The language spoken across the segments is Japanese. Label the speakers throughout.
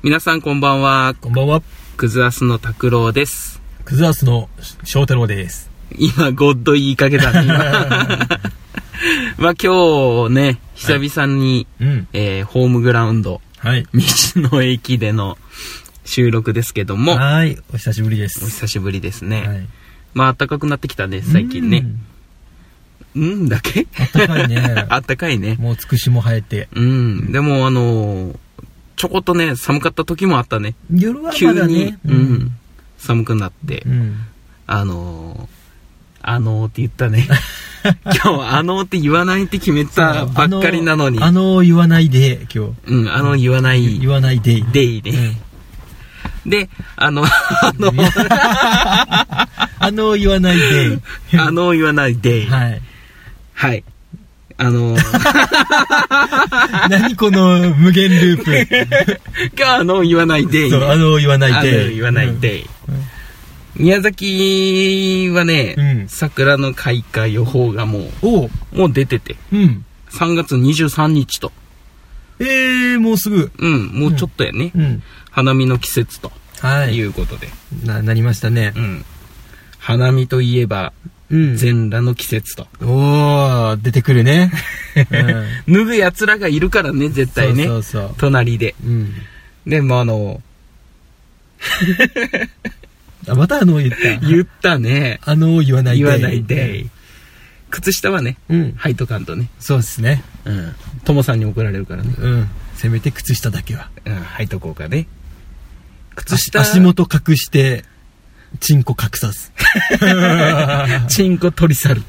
Speaker 1: 皆さんこんばんは。
Speaker 2: こんばんは。
Speaker 1: クズアスの拓郎です。
Speaker 2: クズアスの翔太郎です。
Speaker 1: 今、ゴッド言いかけたね、今。 まあ今日ね、久々に、
Speaker 2: うん。
Speaker 1: えーホームグラウンド、
Speaker 2: はい。
Speaker 1: 道の駅での収録ですけども、
Speaker 2: はーい。お久しぶりです。
Speaker 1: お久しぶりですね。
Speaker 2: はい、
Speaker 1: まあ暖かくなってきたね、最近ね。うんだけ
Speaker 2: うん。あったかい ね。
Speaker 1: あったかいね。
Speaker 2: もうつくしも生えて。
Speaker 1: うん。でもあのーちょこっとね、寒かった時もあったね。
Speaker 2: 夜はま
Speaker 1: 急
Speaker 2: だ
Speaker 1: に
Speaker 2: ね。、
Speaker 1: うん、寒くなって
Speaker 2: う、ん。
Speaker 1: あのー、あのーって言ったね。 今日、あのーって言わないって決めたばっかりなのに。
Speaker 2: あの、あの言わないで、今
Speaker 1: うん、あのー言わな
Speaker 2: 日。
Speaker 1: い
Speaker 2: 言わないで。
Speaker 1: でいいね。で、あの、あのー、
Speaker 2: あの、言わな いで。
Speaker 1: あのー言わないで。
Speaker 2: はい。
Speaker 1: はい。あの ー、
Speaker 2: 何この無限ルー
Speaker 1: があのー言わない で。
Speaker 2: プ。そう、あの、言わない
Speaker 1: あの
Speaker 2: で。
Speaker 1: ー言わないで。宮崎はね、
Speaker 2: うん
Speaker 1: 桜の開花予報がも
Speaker 2: うん。おう。
Speaker 1: う、もう出てて。
Speaker 2: うん。
Speaker 1: 3月23日と。
Speaker 2: えー、もうすぐ。
Speaker 1: うん、もうちょっとやね。
Speaker 2: うん。
Speaker 1: 花見の季節と
Speaker 2: はいい。
Speaker 1: うことで。
Speaker 2: な、なりましたね
Speaker 1: う。ん。花見といえば、
Speaker 2: うん
Speaker 1: 全裸の季節と。
Speaker 2: おー、出てくるね。うん
Speaker 1: 脱ぐ奴らがいるからね、絶対ね。
Speaker 2: そうそうそ
Speaker 1: 隣で。
Speaker 2: う。うん。
Speaker 1: でもあの、
Speaker 2: あ、またあの言った。
Speaker 1: 言ったね。
Speaker 2: あの言わないで。
Speaker 1: 言わないで。。靴下はね、
Speaker 2: うん。
Speaker 1: 履いとかんとね。
Speaker 2: そうですね。
Speaker 1: うん。ともさんに怒られるからね。
Speaker 2: うん。せめて靴下だけは。
Speaker 1: うん、履いとこうかね。靴下、
Speaker 2: 足足元隠して、チンコ隠さず。
Speaker 1: チンコ取り 去る。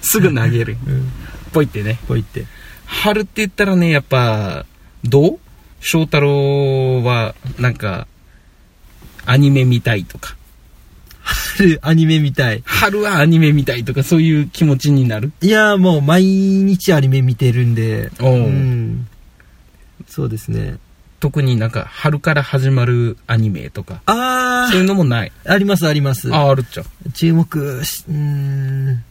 Speaker 1: すぐ投げる。
Speaker 2: うん。
Speaker 1: ぽいってね。
Speaker 2: こう言って。
Speaker 1: 春って言ったらね、やっぱ、どう翔太郎は、なんか、アニメ見たいとか、
Speaker 2: 春、アニメみたい。
Speaker 1: 春はアニメ見たいとか、そういう気持ちになる
Speaker 2: いやーもう毎日アニメ見てるんで。
Speaker 1: おう
Speaker 2: うん。そうですね。
Speaker 1: 特になんか、春から始まるアニメとか、
Speaker 2: あ
Speaker 1: そういうのもない。
Speaker 2: ー、ありますあります。
Speaker 1: あ、あるっちゃ。
Speaker 2: 注目し、うーん。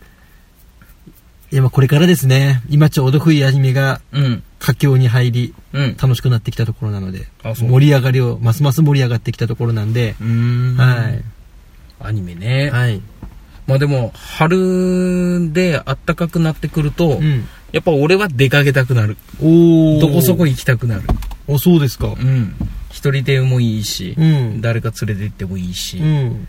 Speaker 2: いや、まあこれからですね。今ちょうど冬アニメが
Speaker 1: うん。
Speaker 2: 佳境に入り、
Speaker 1: うん。
Speaker 2: 楽しくなってきたところなので、
Speaker 1: あそう
Speaker 2: 盛り上がりを、ますます盛り上がってきたところなんで、
Speaker 1: うーん
Speaker 2: はい。
Speaker 1: アニメね。
Speaker 2: はい。
Speaker 1: まあでも、春で暖かくなってくると、
Speaker 2: うん。
Speaker 1: やっぱ俺は出かけたくなる。
Speaker 2: おー
Speaker 1: どこそこ行きたくなる。
Speaker 2: あ、そうですか。
Speaker 1: うん。一人でもいいし、
Speaker 2: うん。
Speaker 1: 誰か連れて行ってもいいし、
Speaker 2: うん。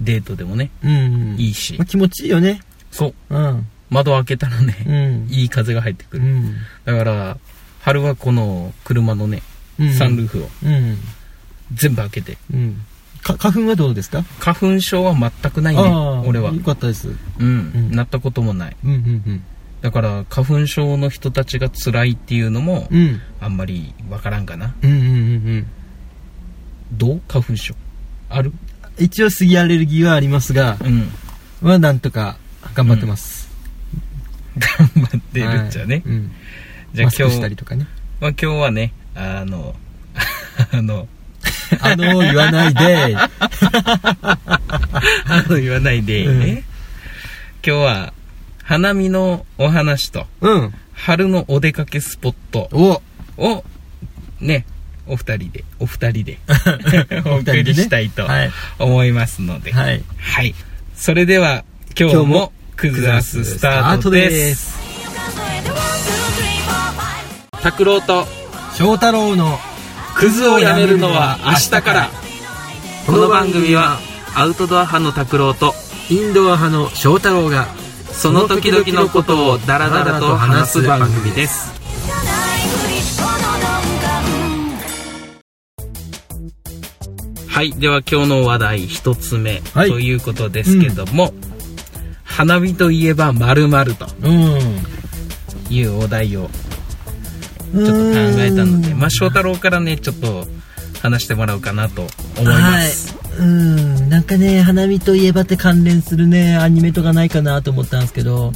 Speaker 1: デートでもね、
Speaker 2: うん。
Speaker 1: いいし
Speaker 2: まあ、。気持ちいいよね。
Speaker 1: そう。
Speaker 2: うん。
Speaker 1: 窓開けたら
Speaker 2: う
Speaker 1: ね、
Speaker 2: ん。
Speaker 1: いい風が入ってく
Speaker 2: う
Speaker 1: る。
Speaker 2: ん。
Speaker 1: だから、春はこの車のね、
Speaker 2: うん。
Speaker 1: サンルーフを
Speaker 2: うん。
Speaker 1: 全部開けて。
Speaker 2: うん。か、花粉はどうですか
Speaker 1: 花粉症は全くないね、
Speaker 2: あー
Speaker 1: 俺は
Speaker 2: よ。かったです。うん
Speaker 1: うん
Speaker 2: ん。
Speaker 1: なったこともない。
Speaker 2: うん
Speaker 1: だから、花粉症の人たちが辛いっていうのも
Speaker 2: うん。、うん。
Speaker 1: あんまりわからんかな。
Speaker 2: うんうんうんうん。
Speaker 1: どう花粉症。ある
Speaker 2: 一応杉アレルギーはありますが、
Speaker 1: うん。
Speaker 2: まあなんとか頑張ってます。
Speaker 1: 頑張ってるっちゃね。
Speaker 2: はいうん。
Speaker 1: じゃあ
Speaker 2: マス
Speaker 1: 今
Speaker 2: クしたり
Speaker 1: 日、
Speaker 2: とかね。
Speaker 1: まあ今日はね、あの、 あの、
Speaker 2: あの、言わな いで。
Speaker 1: あの言わないで、ね
Speaker 2: うん
Speaker 1: 今日は、花見のお話と、
Speaker 2: うん。
Speaker 1: 春のお出かけスポット
Speaker 2: お
Speaker 1: を、ね、お二人で、お二人 で、お
Speaker 2: お二人
Speaker 1: 送
Speaker 2: でね
Speaker 1: りしたいと
Speaker 2: はい
Speaker 1: 思いますので、
Speaker 2: はい。
Speaker 1: はい。それでは、今日
Speaker 2: 今日
Speaker 1: も
Speaker 2: も、
Speaker 1: クズアススタートです。
Speaker 2: す。
Speaker 1: 拓郎と、
Speaker 2: 翔太郎の、
Speaker 1: クズをやめるのは明日から。この番組は、アウトドア派の拓郎と、
Speaker 2: インドア派の翔太郎が、
Speaker 1: その時々のことをダラダラと話す番組です。はい。では今日の話題一つ目、
Speaker 2: はい
Speaker 1: ということですけども、花見といえば〇〇と
Speaker 2: うん。
Speaker 1: いうお題をちょっと考えたので、まあ翔太郎からね、ちょっと話してもらおうかなと思います。
Speaker 2: はい。うん。なんかね、花見といえばって関連するね、アニメとかないかなと思ったんですけど、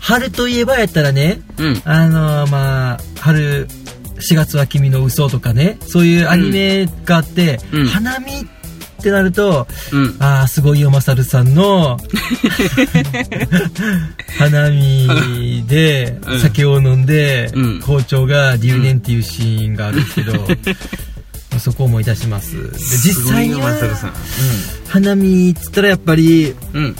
Speaker 2: 春といえばやったらね、
Speaker 1: うん。うん。
Speaker 2: あのまあ、春、4月は君の嘘とかね、そういうアニメがあって、
Speaker 1: うん
Speaker 2: 花見ってなると、
Speaker 1: うん。
Speaker 2: ああ、すごいよ、まさるさ んの、花見で
Speaker 1: うん、
Speaker 2: 酒を飲んで、
Speaker 1: うん
Speaker 2: 校長が留年っていうシーンがあるんですけど、 とそこを思い出しますで
Speaker 1: す
Speaker 2: 実
Speaker 1: ご
Speaker 2: 際
Speaker 1: い
Speaker 2: に
Speaker 1: よ
Speaker 2: は
Speaker 1: 松坂さん
Speaker 2: 花見っつったらやっぱり
Speaker 1: うんうん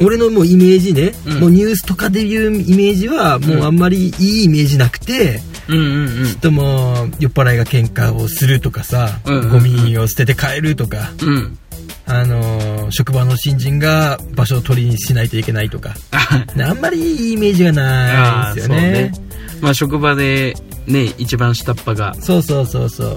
Speaker 2: 俺のもうイメージね、
Speaker 1: うん
Speaker 2: もうニュースとかでいうイメージはもうあんまりいいイメージなくて、
Speaker 1: うんうんうん
Speaker 2: とも酔っ払いが喧嘩をするとかさ、
Speaker 1: うんうんうん
Speaker 2: ゴミを捨てて帰るとか、
Speaker 1: うん
Speaker 2: あのー職場の新人が場所を取りにしないといけないとか、
Speaker 1: あ
Speaker 2: ねあんまりいいイメージがないんです
Speaker 1: あーそ
Speaker 2: よね
Speaker 1: うねまあ職場でね一番下っ端が
Speaker 2: そうそうそうそう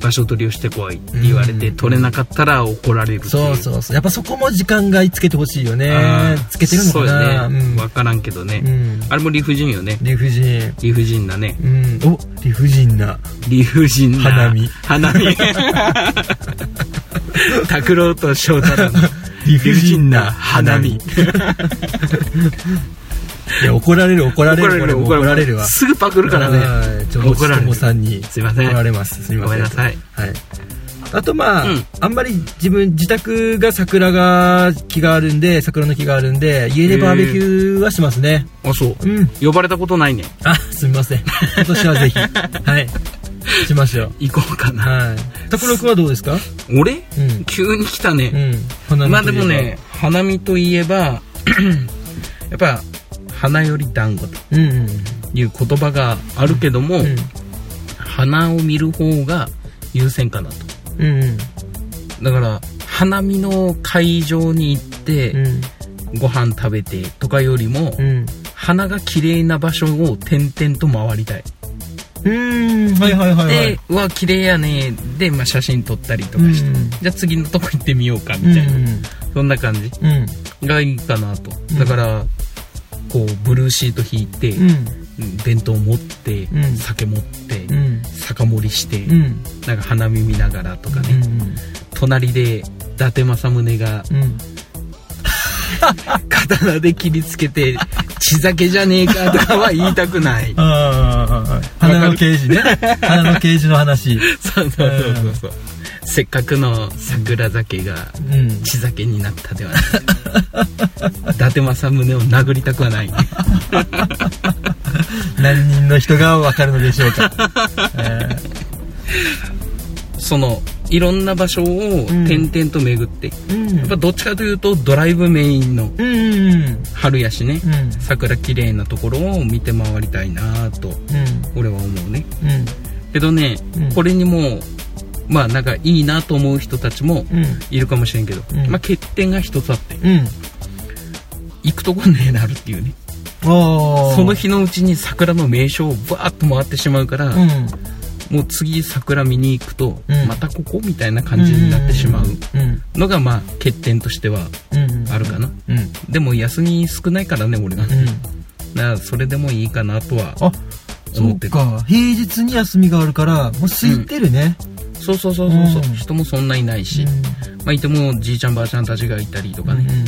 Speaker 1: 場所取りをしてこいって言われて
Speaker 2: うん
Speaker 1: 取れなかったら怒られるってい
Speaker 2: そうそうそうやっぱそこも時間外つけてほしいよ
Speaker 1: あ
Speaker 2: ね
Speaker 1: ー
Speaker 2: つけてるのかな
Speaker 1: そう
Speaker 2: う
Speaker 1: ね、
Speaker 2: ん
Speaker 1: 分からんけどね、
Speaker 2: うん
Speaker 1: あれも理不尽よね
Speaker 2: 理不尽
Speaker 1: 理不尽だね
Speaker 2: うんお理不尽な
Speaker 1: 理不尽な
Speaker 2: 花見
Speaker 1: 花 見拓郎と翔太郎の
Speaker 2: 理
Speaker 1: 不尽な花見
Speaker 2: いや怒られる怒られる俺も怒られるわ
Speaker 1: すぐパクるからね
Speaker 2: はいちょっと
Speaker 1: 怒られる
Speaker 2: 子供さんに
Speaker 1: すいません
Speaker 2: 怒られますすいま
Speaker 1: ご
Speaker 2: せ
Speaker 1: め
Speaker 2: ん
Speaker 1: んなさい
Speaker 2: はいあとまあ、
Speaker 1: うん
Speaker 2: あんまり自分自宅が桜が木があるんで桜の木があるんで家でバーベキューはしますね
Speaker 1: あそう
Speaker 2: うん
Speaker 1: 呼ばれたことないね
Speaker 2: あすみません今年はぜ ひはいしましょう
Speaker 1: 行こうかな
Speaker 2: はい拓郎君はどうですか
Speaker 1: 俺、
Speaker 2: うん
Speaker 1: 急に来たね、
Speaker 2: うん花見
Speaker 1: まあ
Speaker 2: と
Speaker 1: で
Speaker 2: いえば
Speaker 1: もね花見といえば やっぱ花より団子と
Speaker 2: うんうん
Speaker 1: いう言葉があるけども、花を見る方が優先かなと
Speaker 2: うんうんうん
Speaker 1: だから花見の会場に行って、
Speaker 2: うん
Speaker 1: ご飯食べてとかよりも、
Speaker 2: うん
Speaker 1: 花が綺麗な場所を点々と回りたい、
Speaker 2: うーんはいはいはいはい
Speaker 1: でうわ綺麗やねで、まあ、写真撮ったりとかして、
Speaker 2: うん
Speaker 1: じゃあ次のとこ行ってみようか
Speaker 2: うん
Speaker 1: みたいな、そんな感じ
Speaker 2: うんうん
Speaker 1: がいいかなとだから、こうブルーシート引いて、弁当持って、
Speaker 2: うん
Speaker 1: 酒持って、
Speaker 2: うんうん
Speaker 1: 酒盛りして、
Speaker 2: うん
Speaker 1: なんか花見見ながらとかね、隣で伊達政宗が
Speaker 2: うんうん
Speaker 1: 刀で切りつけて血酒じゃねえかとかは言いたくない
Speaker 2: ああ花の刑事ね花の刑事の話
Speaker 1: そうそうそうそうそうせっかくの桜酒が
Speaker 2: うん
Speaker 1: 血酒になった ではない伊達政宗を殴りたくはない
Speaker 2: 何人の人がわかるのでしょうかえ
Speaker 1: そのいろんな場所を
Speaker 2: ん
Speaker 1: 転々と巡って、
Speaker 2: ーうん
Speaker 1: やっぱどっちかというとドライブメインの
Speaker 2: うんうんうん
Speaker 1: 春やしね、
Speaker 2: うん
Speaker 1: 桜綺麗なところを見て回りたいなと俺は思うね
Speaker 2: うん
Speaker 1: けどね、
Speaker 2: うん
Speaker 1: これにもまあなんかいいなと思う人たちも
Speaker 2: うん
Speaker 1: いるかもしれんけど、
Speaker 2: うん
Speaker 1: まあ欠点が一つあって
Speaker 2: うん
Speaker 1: 行くとこねえなるっていうね
Speaker 2: おー
Speaker 1: その日のうちに桜の名所をバーッと回ってしまうから、
Speaker 2: うん
Speaker 1: もう次桜見に行くと、
Speaker 2: うん
Speaker 1: またここみたいな感じになってしまう
Speaker 2: うん
Speaker 1: のがまあ欠点としては
Speaker 2: うん
Speaker 1: あるかな、
Speaker 2: うん
Speaker 1: でも休み少ないからね俺が、だか
Speaker 2: うん
Speaker 1: らそれでもいいかなとは
Speaker 2: あそ
Speaker 1: 思っ
Speaker 2: う
Speaker 1: てる
Speaker 2: か平日に休みがあるからもう空いてるね
Speaker 1: そうそうそうそうそう、
Speaker 2: うん
Speaker 1: 人もそんないないし、まあいてもじいちゃんばあちゃんたちがいたりと
Speaker 2: う
Speaker 1: か
Speaker 2: んう
Speaker 1: ね、
Speaker 2: ん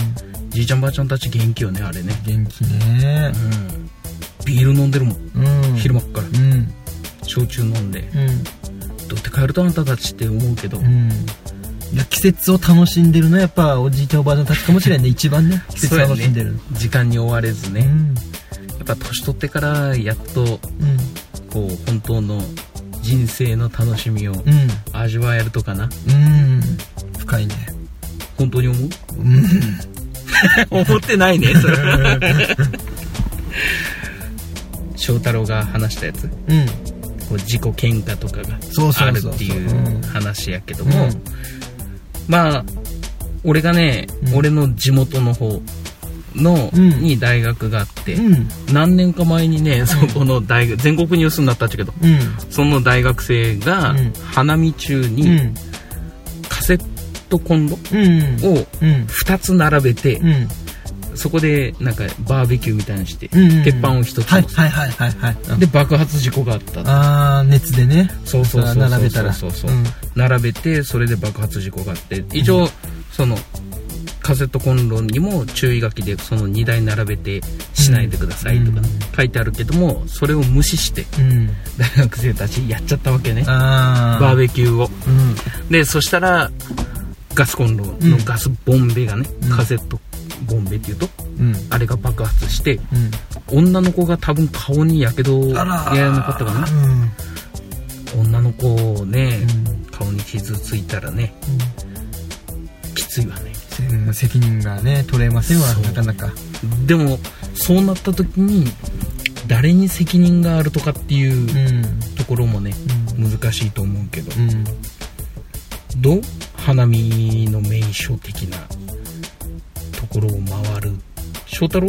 Speaker 1: じいちゃんばあちゃんたち元気よねあれね
Speaker 2: 元気ね
Speaker 1: うんビール飲んでるもん、
Speaker 2: うん
Speaker 1: 昼間っから
Speaker 2: うん
Speaker 1: 焼酎飲んで
Speaker 2: うん
Speaker 1: どうやって帰るとあんたたちって思うけど、
Speaker 2: うんいや季節を楽しんでるのはやっぱおじいちゃんおばあちゃんたちかもしれないね一番ね季節を楽しんでる
Speaker 1: 時間に追われず
Speaker 2: う
Speaker 1: ね、
Speaker 2: ん
Speaker 1: やっぱ年取ってからやっと
Speaker 2: うん
Speaker 1: こう本当の人生の楽しみを
Speaker 2: うん
Speaker 1: 味わえるとかな
Speaker 2: うん深いね
Speaker 1: 本当に思う
Speaker 2: うん
Speaker 1: 思ってないねそれ 翔太郎が話したやつ
Speaker 2: うん
Speaker 1: こう自己喧嘩とかが
Speaker 2: そうそ
Speaker 1: あ
Speaker 2: う
Speaker 1: る
Speaker 2: そう
Speaker 1: ってい
Speaker 2: うん
Speaker 1: う話やけども、
Speaker 2: うん
Speaker 1: まあ俺がね、
Speaker 2: うん
Speaker 1: 俺の地元の方の、
Speaker 2: うん
Speaker 1: に大学があって、
Speaker 2: うん
Speaker 1: 何年か前にねそこの大学全国ニュースになったっちゃけど
Speaker 2: うん
Speaker 1: その大学生が
Speaker 2: うん
Speaker 1: 花見中
Speaker 2: う
Speaker 1: に
Speaker 2: ん
Speaker 1: カセットコンロ
Speaker 2: うん
Speaker 1: を
Speaker 2: うん
Speaker 1: 2つ並べて
Speaker 2: う、ん
Speaker 1: そこでなんかバーベキューみたいにして、
Speaker 2: うんうん
Speaker 1: 鉄板を1つ
Speaker 2: はい
Speaker 1: 乗せて、
Speaker 2: はいはいはいはい
Speaker 1: で爆発事故があった
Speaker 2: ああ熱でね
Speaker 1: そうそうそうそう
Speaker 2: 並べたら
Speaker 1: そうそうそう
Speaker 2: うん
Speaker 1: 並べてそれで爆発事故があって一応、そのカセットコンロにも注意書きでその2台並べてしないでくださいとか
Speaker 2: うん
Speaker 1: 書いてあるけどもそれを無視して
Speaker 2: うん
Speaker 1: 大学生たちやっちゃったわけね
Speaker 2: ああ
Speaker 1: バーベキューを
Speaker 2: うん
Speaker 1: でそしたらガスコンロのガスボンベがね、
Speaker 2: うん
Speaker 1: カセットボンベっていうと
Speaker 2: うん
Speaker 1: あれが爆発して
Speaker 2: うん
Speaker 1: 女の子が多分顔にやけどやらなかったかな
Speaker 2: うん
Speaker 1: 女の子をね、
Speaker 2: うん
Speaker 1: 傷ついたらねきついわね
Speaker 2: うん責任がね取れませんわ
Speaker 1: そう
Speaker 2: なかなか
Speaker 1: でもそうなった時に誰に責任があるとかっていう
Speaker 2: うんうん
Speaker 1: ところもね難しいと思うけど
Speaker 2: うん
Speaker 1: どう花見の名所的なところを回る翔太郎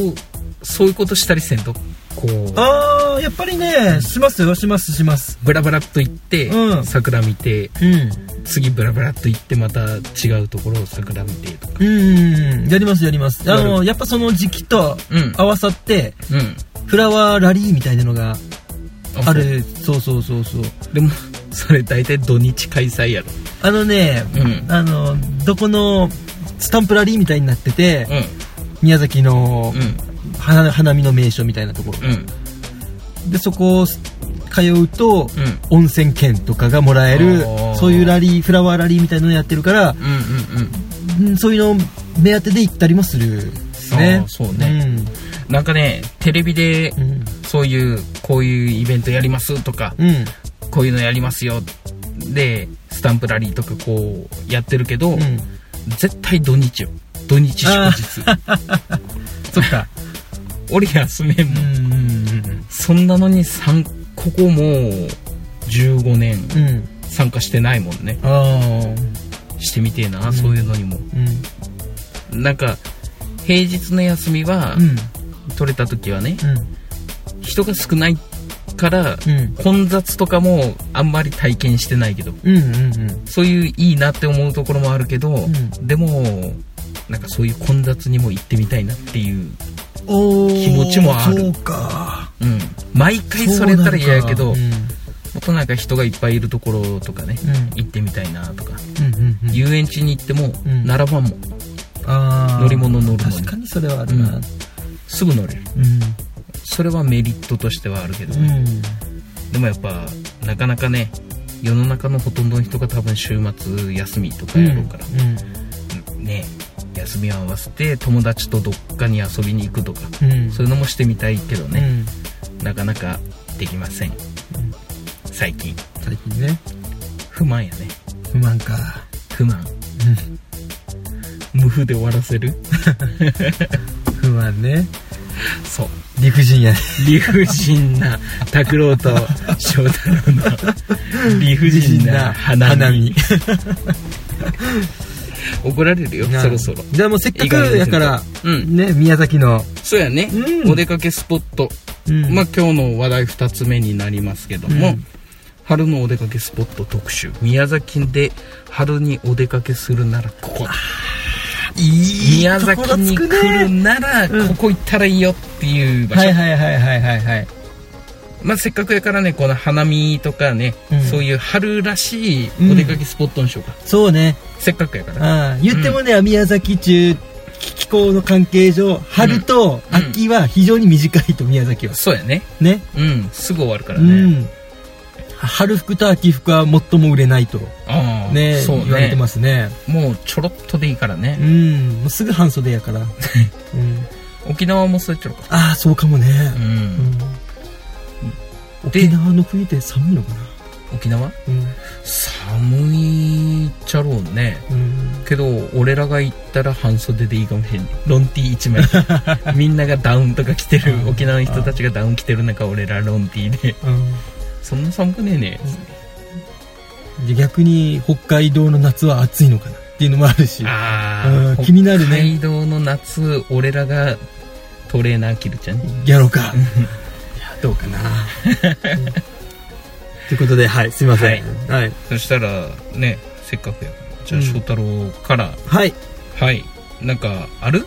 Speaker 1: そういうことしたりせんとこう
Speaker 2: ああやっぱりねしますよしますします
Speaker 1: ブラブラっと行って、
Speaker 2: うん
Speaker 1: 桜見て
Speaker 2: うん
Speaker 1: 次ブラブラっと行ってまた違うところを桜見てとか
Speaker 2: うんうんうんやりますやりますあ
Speaker 1: や
Speaker 2: のやっぱその時期と
Speaker 1: うん
Speaker 2: 合わさって
Speaker 1: うん
Speaker 2: フラワーラリーみたいなのがあ
Speaker 1: ある
Speaker 2: るそうそうそうそう
Speaker 1: でもそれ大体土日開催やろ
Speaker 2: あのね
Speaker 1: うんうん
Speaker 2: あのどこのスタンプラリーみたいになってて宮崎の
Speaker 1: うん
Speaker 2: 花花見の名所みたいなところ
Speaker 1: うん
Speaker 2: でそこを通うと
Speaker 1: うん
Speaker 2: 温泉券とかがもらえる
Speaker 1: おー
Speaker 2: そういうラリーフラワーラリーみたいなのやってるから
Speaker 1: うんうんうん
Speaker 2: うんそういうの目当てで行ったりもするですね
Speaker 1: あーそうね
Speaker 2: うん
Speaker 1: なんかねテレビで
Speaker 2: うん
Speaker 1: そういうこういうイベントやりますとか
Speaker 2: うん
Speaker 1: こういうのやりますよでスタンプラリーとかこうやってるけど、
Speaker 2: うん
Speaker 1: 絶対土日よ土日祝日
Speaker 2: そっか
Speaker 1: 俺休めん
Speaker 2: う
Speaker 1: もん
Speaker 2: んうん
Speaker 1: そんなのに参ここもう15年
Speaker 2: うんうん
Speaker 1: 参加してないもんね
Speaker 2: ああ
Speaker 1: してみてえな、
Speaker 2: うん
Speaker 1: そういうのにも
Speaker 2: うん
Speaker 1: なんか平日の休みは、
Speaker 2: うん
Speaker 1: 取れた時はね
Speaker 2: うん
Speaker 1: 人が少ないから、
Speaker 2: うん
Speaker 1: 混雑とかもあんまり体験してないけど
Speaker 2: うんうんうん
Speaker 1: そういういいなって思うところもあるけど、
Speaker 2: ん
Speaker 1: でもなんかそういう混雑にも行ってみたいなっていう、
Speaker 2: おー
Speaker 1: 気持ちもある
Speaker 2: そうか
Speaker 1: うん、毎回それやったら嫌やけど、
Speaker 2: そう
Speaker 1: も
Speaker 2: なのか
Speaker 1: っとなんか人がいっぱいいるところとかね、
Speaker 2: うんうん
Speaker 1: 行ってみたいなとか、
Speaker 2: うんうんうん
Speaker 1: 遊園地に行っても
Speaker 2: うん
Speaker 1: 並ばんもん、
Speaker 2: あー
Speaker 1: 乗り物乗るのに
Speaker 2: 確かにそれはあるな
Speaker 1: うんすぐ乗れる
Speaker 2: うん
Speaker 1: それはメリットとしてはあるけど、
Speaker 2: うん
Speaker 1: でもやっぱなかなかね世の中のほとんどの人が多分週末休みとかやろうから、ね休みを合わせて友達とどっかに遊びに行くとか
Speaker 2: うんうん
Speaker 1: そういうのもしてみたいけど
Speaker 2: う
Speaker 1: ね、
Speaker 2: ん
Speaker 1: なかなかできません、最近
Speaker 2: 最近ね
Speaker 1: 不満やね
Speaker 2: 不満か
Speaker 1: 不満無風で終わらせる
Speaker 2: 不満ね
Speaker 1: そう
Speaker 2: 理不尽やね
Speaker 1: 理不尽な拓郎 と翔太郎の 理不尽な花見
Speaker 2: 見
Speaker 1: 怒られるよ そろそろ
Speaker 2: じゃあもうせっかくやから
Speaker 1: うん
Speaker 2: ね宮崎の
Speaker 1: そうやね、
Speaker 2: うん
Speaker 1: お出かけスポット、
Speaker 2: うん
Speaker 1: まあ、今日の話題2つ目になりますけども、
Speaker 2: うん
Speaker 1: 春のお出かけスポット特集宮崎で春にお出かけするならここ
Speaker 2: い
Speaker 1: 宮
Speaker 2: と
Speaker 1: 崎
Speaker 2: ころ
Speaker 1: に
Speaker 2: つ
Speaker 1: 来
Speaker 2: くね
Speaker 1: るならここ行ったらいいよっていう場所、
Speaker 2: はいはいはいはいはいはい
Speaker 1: まあ、せっかくやからねこの花見とかね、
Speaker 2: うん
Speaker 1: そういう春らしいお出かけスポットにしようか、
Speaker 2: そうね
Speaker 1: せっかくやから
Speaker 2: ああ言ってもね、宮崎中気候の関係上春と秋は非常に短いと宮崎は
Speaker 1: そうやね
Speaker 2: ね
Speaker 1: うんすぐ終わるから
Speaker 2: う
Speaker 1: ね、
Speaker 2: ん春服と秋服は最も売れないと
Speaker 1: ああ
Speaker 2: ね
Speaker 1: そう
Speaker 2: 言われて
Speaker 1: ね
Speaker 2: ますね
Speaker 1: もうちょろっとでいいから
Speaker 2: う
Speaker 1: ね、
Speaker 2: んもうすぐ半袖 やから、うん、
Speaker 1: 沖縄もそうやっちゃろうか
Speaker 2: ああそうかもね、
Speaker 1: うん
Speaker 2: うん、
Speaker 1: で
Speaker 2: 沖縄の冬って寒いのかな
Speaker 1: 沖縄
Speaker 2: うん
Speaker 1: 寒いっちゃろうね
Speaker 2: うん
Speaker 1: けど俺らが行ったら半袖でいいかもしれないロン T 一 枚みんながダウンとか着てる
Speaker 2: あー
Speaker 1: 沖縄の人たちがダウン着てる中俺らロン T でそんな寒くねえね
Speaker 2: で逆に北海道の夏は暑いのかなっていうのもあるし
Speaker 1: あ
Speaker 2: う
Speaker 1: あ
Speaker 2: ん気になるね
Speaker 1: 北海道の夏俺らがトレーナー着るじゃん
Speaker 2: やろうかいやどうかなうん ということではいすいませんはい
Speaker 1: そしたらねせっかくやからじゃあ
Speaker 2: うん
Speaker 1: 翔太郎から、
Speaker 2: はい
Speaker 1: はいなんかある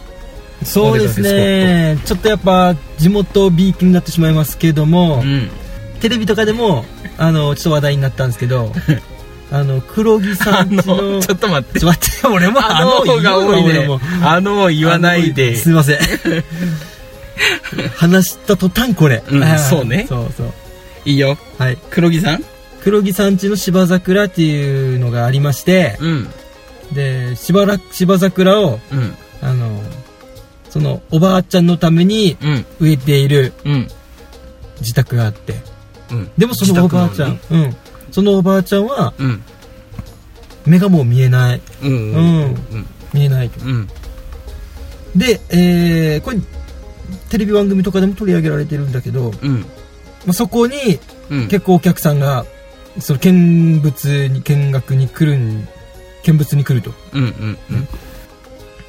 Speaker 2: そうですねちょっとやっぱ地元 B 気になってしまいますけども、
Speaker 1: ん
Speaker 2: テレビとかでもあのちょっと話題になったんですけ どあの黒木さ
Speaker 1: あ
Speaker 2: んちの
Speaker 1: のちょっと待って
Speaker 2: ちょ待って俺も
Speaker 1: あの方が多いねあの言わないで
Speaker 2: あのすい ません話した途端これ、
Speaker 1: うん
Speaker 2: あー
Speaker 1: そうね
Speaker 2: そうそう
Speaker 1: いいよ
Speaker 2: はい
Speaker 1: 黒木さん
Speaker 2: 黒木さんちの芝桜っていうのがありまして
Speaker 1: うん
Speaker 2: で芝ら芝桜を
Speaker 1: うん
Speaker 2: あのそのおばあちゃんのために
Speaker 1: うん
Speaker 2: 植えている
Speaker 1: うん
Speaker 2: 自宅があって
Speaker 1: うん
Speaker 2: でもそのおばあちゃん、
Speaker 1: 自
Speaker 2: うんそのおばあちゃんは
Speaker 1: うん
Speaker 2: 目がもう見えない
Speaker 1: うん
Speaker 2: うん見えないと
Speaker 1: うん
Speaker 2: で、えーこれテレビ番組とかでも取り上げられてるんだけど、
Speaker 1: うん
Speaker 2: まあ、そこに
Speaker 1: うん
Speaker 2: 結構お客さんがその見物に見学に来るん見物に来ると
Speaker 1: うんうんうん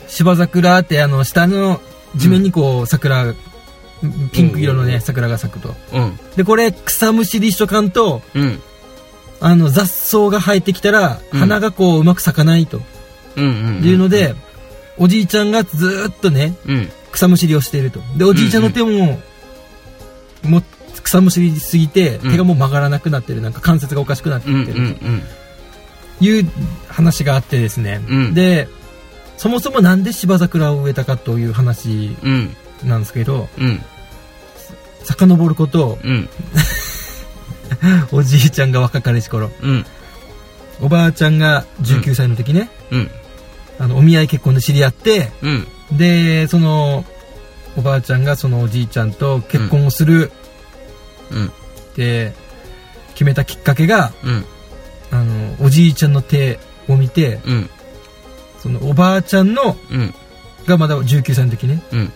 Speaker 2: 芝桜ってあの下の地面にこう桜、ピンク色のね、桜が咲くと
Speaker 1: うん
Speaker 2: でこれ草むしりしとかんと
Speaker 1: うん
Speaker 2: あの雑草が生えてきたら
Speaker 1: うん
Speaker 2: 花がこううまく咲かないと
Speaker 1: うんうん
Speaker 2: いうので、おじいちゃんがずーっとね
Speaker 1: うん
Speaker 2: 草むしりをしているとでおじいちゃんの手も、もう草むしりすぎて
Speaker 1: うん
Speaker 2: 手がもう曲がらなくなってるなんか関節がおかしくなって
Speaker 1: うんうん
Speaker 2: る、
Speaker 1: うん
Speaker 2: いう話があってですね、
Speaker 1: うん
Speaker 2: でそもそもなんで芝桜を植えたかという話
Speaker 1: うん
Speaker 2: なんですけど
Speaker 1: うん
Speaker 2: 遡ること
Speaker 1: うん
Speaker 2: おじいちゃんが若かりし頃
Speaker 1: うん
Speaker 2: おばあちゃんが19歳の時ね、
Speaker 1: うん
Speaker 2: あのお見合い結婚で知り合って
Speaker 1: うん
Speaker 2: でそのおばあちゃんがそのおじいちゃんと結婚をする
Speaker 1: うん
Speaker 2: って決めたきっかけが
Speaker 1: うん
Speaker 2: あのおじいちゃんの手を見て
Speaker 1: うん
Speaker 2: そのおばあちゃんの
Speaker 1: うん
Speaker 2: がまだ19歳の時ね
Speaker 1: うん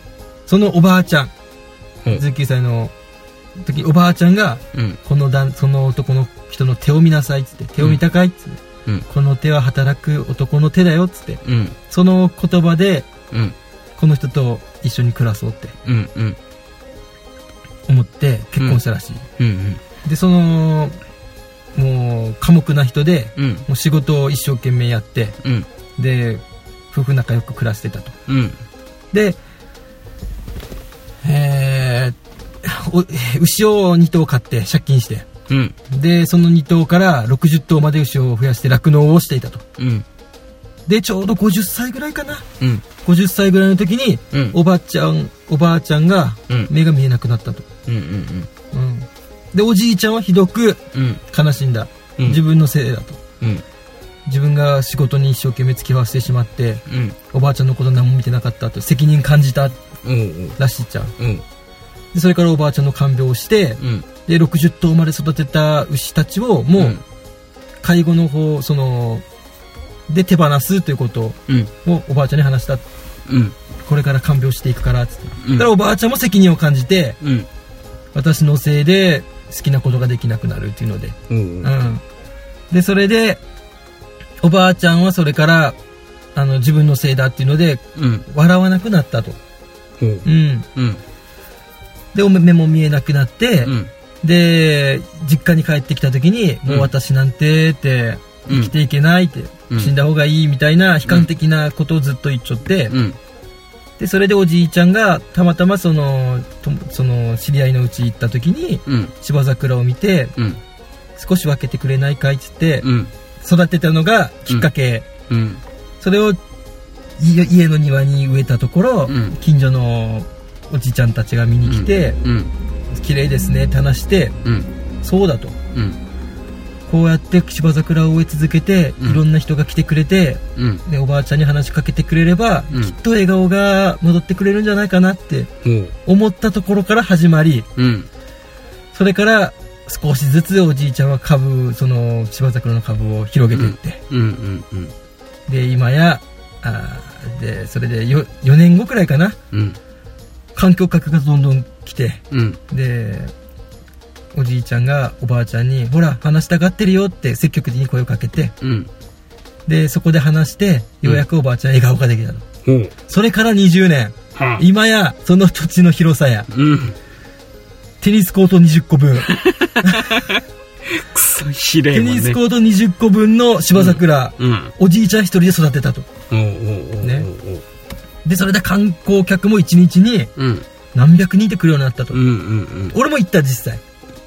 Speaker 2: そのおばあちゃん、
Speaker 1: うん
Speaker 2: 19歳の時、おばあちゃんが、
Speaker 1: うん
Speaker 2: このだその男の人の手を見なさいっつって、手を見たかいっつって、
Speaker 1: うん
Speaker 2: この手は働く男の手だよっつって、
Speaker 1: うん
Speaker 2: その言葉で、
Speaker 1: うん
Speaker 2: この人と一緒に暮らそうって
Speaker 1: うんうん
Speaker 2: 思って結婚したらしい。
Speaker 1: うん
Speaker 2: で、その、もう、寡黙な人で、
Speaker 1: うん
Speaker 2: もう仕事を一生懸命やって、
Speaker 1: うん
Speaker 2: で、夫婦仲良く暮らしてたと。
Speaker 1: うん
Speaker 2: で、えー、お牛を2頭買って借金して、
Speaker 1: うん
Speaker 2: で、その2頭から60頭まで牛を増やして酪農をしていたと。
Speaker 1: うん
Speaker 2: で、ちょうど50歳ぐらいかな。
Speaker 1: うん
Speaker 2: 50歳ぐらいの時に、
Speaker 1: うん
Speaker 2: おばあちゃん、おばあちゃんが
Speaker 1: うん
Speaker 2: 目が見えなくなったと。
Speaker 1: うんうん
Speaker 2: うん。で、おじいちゃんはひどく
Speaker 1: うん
Speaker 2: 悲しんだ。
Speaker 1: うん
Speaker 2: 自分のせいだと。
Speaker 1: うん
Speaker 2: 自分が仕事に一生懸命付き合わせてしまって、
Speaker 1: うん
Speaker 2: おばあちゃんのこと何も見てなかったと。責任感じた
Speaker 1: うん
Speaker 2: らしいじゃん。
Speaker 1: うん
Speaker 2: で、それからおばあちゃんの看病をして、
Speaker 1: うん
Speaker 2: で、60頭まで育てた牛たちを、もう、介護の方、その、で手放すということ
Speaker 1: うん
Speaker 2: をおばあちゃんに話した。
Speaker 1: うん
Speaker 2: これから看病していくから、つって。
Speaker 1: うん
Speaker 2: だからおばあちゃんも責任を感じて、
Speaker 1: うん
Speaker 2: 私のせいで好きなことができなくなるっていうので。
Speaker 1: うん
Speaker 2: う。ん。で、それで、おばあちゃんはそれから、あの、自分のせいだっていうので、
Speaker 1: うん。
Speaker 2: 笑わなくなったと。
Speaker 1: うん。
Speaker 2: うん。
Speaker 1: うん。
Speaker 2: で、お目も見えなくなって、
Speaker 1: うん。
Speaker 2: で、実家に帰ってきた時に、もう私なんて、って、
Speaker 1: うん
Speaker 2: 生きていけないって、
Speaker 1: うん
Speaker 2: 死んだ方がいいみたいな悲観的なことをずっと言っちゃって、
Speaker 1: うん。
Speaker 2: で、それでおじいちゃんが、たまたまその、とその、知り合いのうち行った時に、
Speaker 1: うん。
Speaker 2: 芝桜を見て、
Speaker 1: うん。
Speaker 2: 少し分けてくれないかいっつって、
Speaker 1: うん。
Speaker 2: 育てたのがきっかけ。
Speaker 1: うん。
Speaker 2: それを、い家の庭に植えたところ、
Speaker 1: うん
Speaker 2: 近所のおじいちゃんたちが見に来て、
Speaker 1: うん。
Speaker 2: 綺麗ですねって話して、
Speaker 1: うん。
Speaker 2: そうだと。
Speaker 1: うん。
Speaker 2: こうやって芝桜を植え続けて、
Speaker 1: うん
Speaker 2: いろんな人が来てくれて、
Speaker 1: うん。
Speaker 2: ね、おばあちゃんに話しかけてくれれば、
Speaker 1: うん
Speaker 2: きっと笑顔が戻ってくれるんじゃないかなって
Speaker 1: うん。
Speaker 2: 思ったところから始まり、
Speaker 1: うん。
Speaker 2: それから少しずつおじいちゃんは株、その芝桜の株を広げていって、
Speaker 1: うん。うん。
Speaker 2: で、今や、あーで、それで 4, 4年後くらいかな、
Speaker 1: うん。
Speaker 2: 環境価格がどんどん来て、
Speaker 1: うん。
Speaker 2: で、おじいちゃんがおばあちゃんに、ほら、話したがってるよって積極的に声をかけて、
Speaker 1: うん。
Speaker 2: で、そこで話して、ようやくおばあちゃん笑顔ができたの。
Speaker 1: うん。
Speaker 2: それから20年。
Speaker 1: は
Speaker 2: 今や、その土地の広さや、
Speaker 1: うん。
Speaker 2: テニスコート20個分、
Speaker 1: くそ、ひれ
Speaker 2: テニスコート20個分の芝桜、
Speaker 1: うん。
Speaker 2: おじいちゃん一人で育てたと。
Speaker 1: おおお
Speaker 2: で、それで観光客も1日に
Speaker 1: うん。
Speaker 2: 何百人って来るようになったと。
Speaker 1: うん。うん。
Speaker 2: 俺も行った、実際。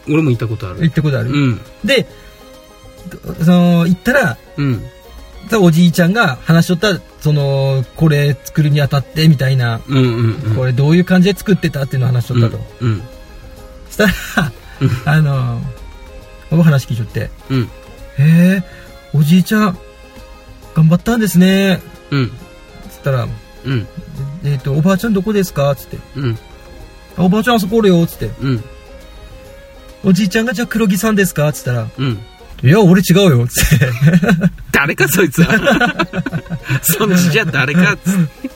Speaker 1: 俺も行ったことある
Speaker 2: 行。ったことあ
Speaker 1: う
Speaker 2: る。
Speaker 1: ん。
Speaker 2: で、その、行ったら、
Speaker 1: うん。
Speaker 2: おじいちゃんが話しとった、その、これ作るにあたって、みたいな、
Speaker 1: うん。うん。
Speaker 2: これどういう感じで作ってたっていうのを話しとったと。
Speaker 1: うん。
Speaker 2: したら、あの、お話聞いちゃって、
Speaker 1: うん。
Speaker 2: へえ、おじいちゃん、頑張ったんですね。
Speaker 1: うん。
Speaker 2: つったら、
Speaker 1: うん。
Speaker 2: えっ、と、おばあちゃんどこですかつって、
Speaker 1: うん。
Speaker 2: あおばあちゃんあそこおるよ。つって、
Speaker 1: うん。
Speaker 2: おじいちゃんがじゃあ黒木さんですかつったら、
Speaker 1: うん。
Speaker 2: いや、俺違うよ、つって。
Speaker 1: 誰かそいつは そっちじゃ誰かっつって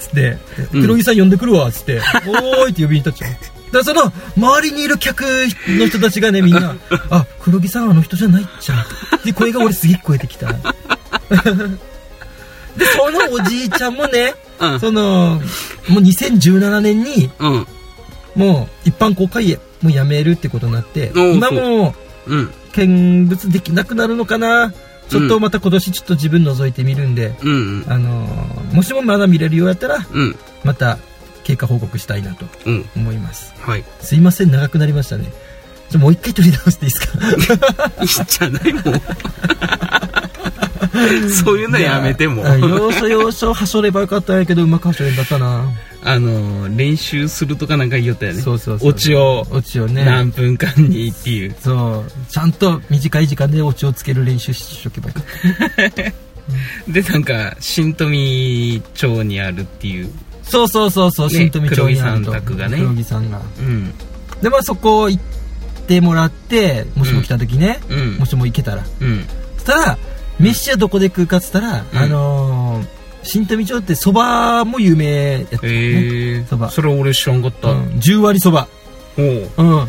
Speaker 2: つって、
Speaker 1: うん
Speaker 2: 黒木さん呼んでくるわ、つって、おーいって呼びに立っちゃう。だからその、周りにいる客の人たちがね、みんな、あ、黒木さんはあの人じゃないっちゃ。で、声が俺すげえ聞こえてきた。で、そのおじいちゃんもね、
Speaker 1: うん
Speaker 2: その、もう2017年に、
Speaker 1: うん
Speaker 2: もう一般公開へ、もうやめるってことになって、
Speaker 1: おう
Speaker 2: 今も
Speaker 1: うん
Speaker 2: う見物できなくなるのかな。ちょっとまた今年ちょっと自分覗いてみるんで、
Speaker 1: うん
Speaker 2: あのーもしもまだ見れるようやったら、
Speaker 1: うん
Speaker 2: また経過報告したいなと
Speaker 1: うん
Speaker 2: 思います
Speaker 1: はいい
Speaker 2: すいません長くなりましたねじゃあもう一回取り直していいで すか
Speaker 1: いじゃ ないもうそういうのやめても
Speaker 2: いやうん要所要所はしょればよかったんやけどうまくはしょれんだったな、
Speaker 1: あの練習するとかなんか言いよったよね
Speaker 2: そうそうそう
Speaker 1: オチを
Speaker 2: オチを
Speaker 1: 何
Speaker 2: ね
Speaker 1: 分間にっていう
Speaker 2: そうちゃんと短い時間でオチをつける練習しとけばよかっ
Speaker 1: でなんか新富町にあるっていう
Speaker 2: たそうそうそうそう、
Speaker 1: ね
Speaker 2: 新富町にあると
Speaker 1: 黒木さん宅がね
Speaker 2: 黒木さんが
Speaker 1: うん
Speaker 2: でまあそこ行ってもらってもしも来た時ね、
Speaker 1: うん
Speaker 2: もしも行けたら
Speaker 1: うん
Speaker 2: そしたら飯はどこで食うかっつったら、
Speaker 1: うん
Speaker 2: あのー、新富町ってそばも有名やったよね、
Speaker 1: へえ
Speaker 2: そば
Speaker 1: それ俺知らんかった、
Speaker 2: うん、10割そば
Speaker 1: おう
Speaker 2: うん
Speaker 1: うん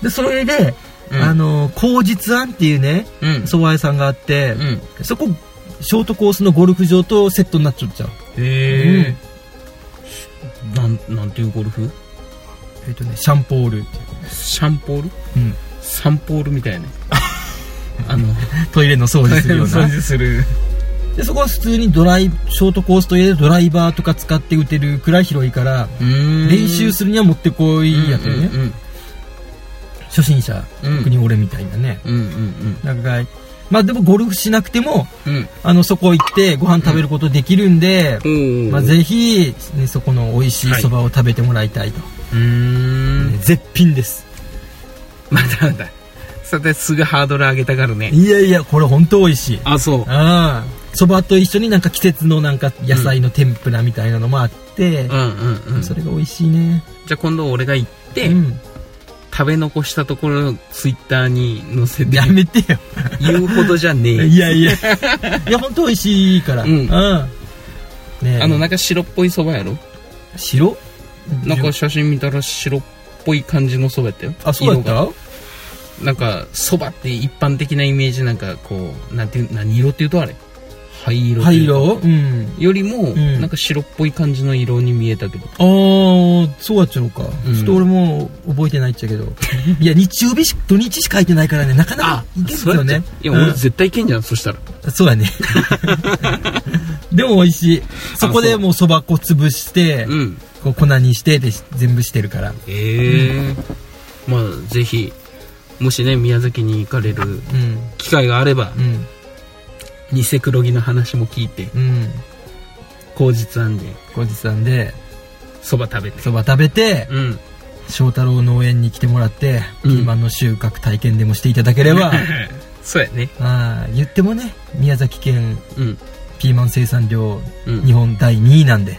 Speaker 2: でそれで、
Speaker 1: うん
Speaker 2: あのー口実庵っていうね
Speaker 1: うん
Speaker 2: そば屋さんがあって
Speaker 1: う、ん
Speaker 2: そこショートコースのゴルフ場とセットになっちゃっちゃう
Speaker 1: へえ、なんなんていうゴルフ
Speaker 2: えっ、とねシャンポールっていう
Speaker 1: シャンポール
Speaker 2: うん
Speaker 1: サンポールみた いなあの
Speaker 2: トイレの掃除するよう
Speaker 1: 掃
Speaker 2: な
Speaker 1: 除する
Speaker 2: でそこは普通にドライショートコースといえドライバーとか使って打てるくらい広いから練
Speaker 1: 練
Speaker 2: 習
Speaker 1: す
Speaker 2: するにはもってこいやったよね、
Speaker 1: うん
Speaker 2: 初心者、
Speaker 1: うん
Speaker 2: 特に俺みたいなね
Speaker 1: うんうん
Speaker 2: なんかまあでもゴルフしなくても
Speaker 1: うんうん
Speaker 2: あのそこ行ってご飯食べることできるんで、
Speaker 1: うんお
Speaker 2: まあ、
Speaker 1: う
Speaker 2: ぜひ、ね、そこの美味しいそばを食べてもらいたいと、
Speaker 1: うーん
Speaker 2: 絶品です
Speaker 1: まだまださてすぐハードル上げたがるね
Speaker 2: いやいやこれ本当美味しい
Speaker 1: あそう
Speaker 2: ああそばと一緒になんか季節のなんか野菜の天ぷらみたいなのもあって
Speaker 1: う、んうんうんじ
Speaker 2: それが美味しいね、
Speaker 1: ゃあ今度俺が行って、
Speaker 2: うん、
Speaker 1: 食べ残したところをツイッターに載せて
Speaker 2: やめてよ
Speaker 1: 言うほどじゃねえ
Speaker 2: いやいやいや本当美味しいから
Speaker 1: うん
Speaker 2: ねえ
Speaker 1: あのなんか白っぽいそばやろ
Speaker 2: 白
Speaker 1: なんか写真見たら白っぽい感じのそばやったよ
Speaker 2: あそうやっ
Speaker 1: 色が
Speaker 2: た
Speaker 1: なんかそばって一般的なイメージなんかこうなんていう何色っていうとあれ灰色って
Speaker 2: 灰
Speaker 1: いうか
Speaker 2: 色うん
Speaker 1: よりも、
Speaker 2: ん
Speaker 1: なんか白っぽい感じの色に見えたけど
Speaker 2: ああそうやっちゃうか、
Speaker 1: うん
Speaker 2: ちょっと俺も覚えてないっちゃけどいや日曜日し土日しか空いてないからねなかなか行けんですよね
Speaker 1: いや、俺絶対いけんじゃんそしたら
Speaker 2: うんそう やねでも美味しいそこでもうそば粉潰して、
Speaker 1: うん
Speaker 2: こう粉にしてで全部してるから
Speaker 1: ええまあぜひもしね宮崎に行かれる
Speaker 2: うん
Speaker 1: 機会があれば
Speaker 2: う、ん
Speaker 1: 偽黒木の話も聞いて
Speaker 2: うん
Speaker 1: 口実案で
Speaker 2: 後日さんで
Speaker 1: そば食べて
Speaker 2: そば食べて、
Speaker 1: うん
Speaker 2: 翔太郎農園に来てもらって、
Speaker 1: うん
Speaker 2: ピーマンの収穫体験でもしていただけ れば
Speaker 1: そうやね
Speaker 2: あー言ってもね宮崎県
Speaker 1: うん
Speaker 2: ピーマン生産量
Speaker 1: うん
Speaker 2: 日本第2位なんで、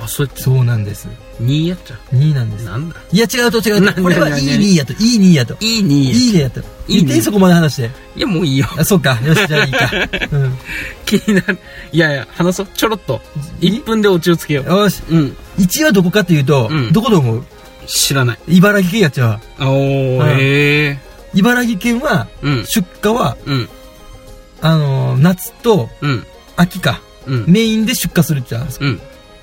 Speaker 1: あそうやっちゃ
Speaker 2: そうなんです
Speaker 1: 2位やっちゃ
Speaker 2: 2位なんで
Speaker 1: う
Speaker 2: す
Speaker 1: なんだ
Speaker 2: いや違うと違
Speaker 1: な
Speaker 2: うとこれはいい
Speaker 1: なな
Speaker 2: 2位やといい2位やと
Speaker 1: いい2位や
Speaker 2: いいねやと
Speaker 1: いいね
Speaker 2: 言っていいそこまで話して
Speaker 1: いやもういいよ
Speaker 2: あそうかよしじゃあいいか、
Speaker 1: 気になるいやいや話そうちょろっと
Speaker 2: い
Speaker 1: 1分でオチをつけよ
Speaker 2: うん、よし
Speaker 1: ううん
Speaker 2: 1位はどこかっていうと、
Speaker 1: うん
Speaker 2: どこで思う
Speaker 1: 知らない
Speaker 2: 茨城県やっちゃう
Speaker 1: あおー
Speaker 2: うん
Speaker 1: へえ
Speaker 2: 茨城県は
Speaker 1: うん
Speaker 2: 出荷は
Speaker 1: うん
Speaker 2: あのー夏と
Speaker 1: うん
Speaker 2: 秋か
Speaker 1: うん
Speaker 2: メインで出荷するっちゃう
Speaker 1: うん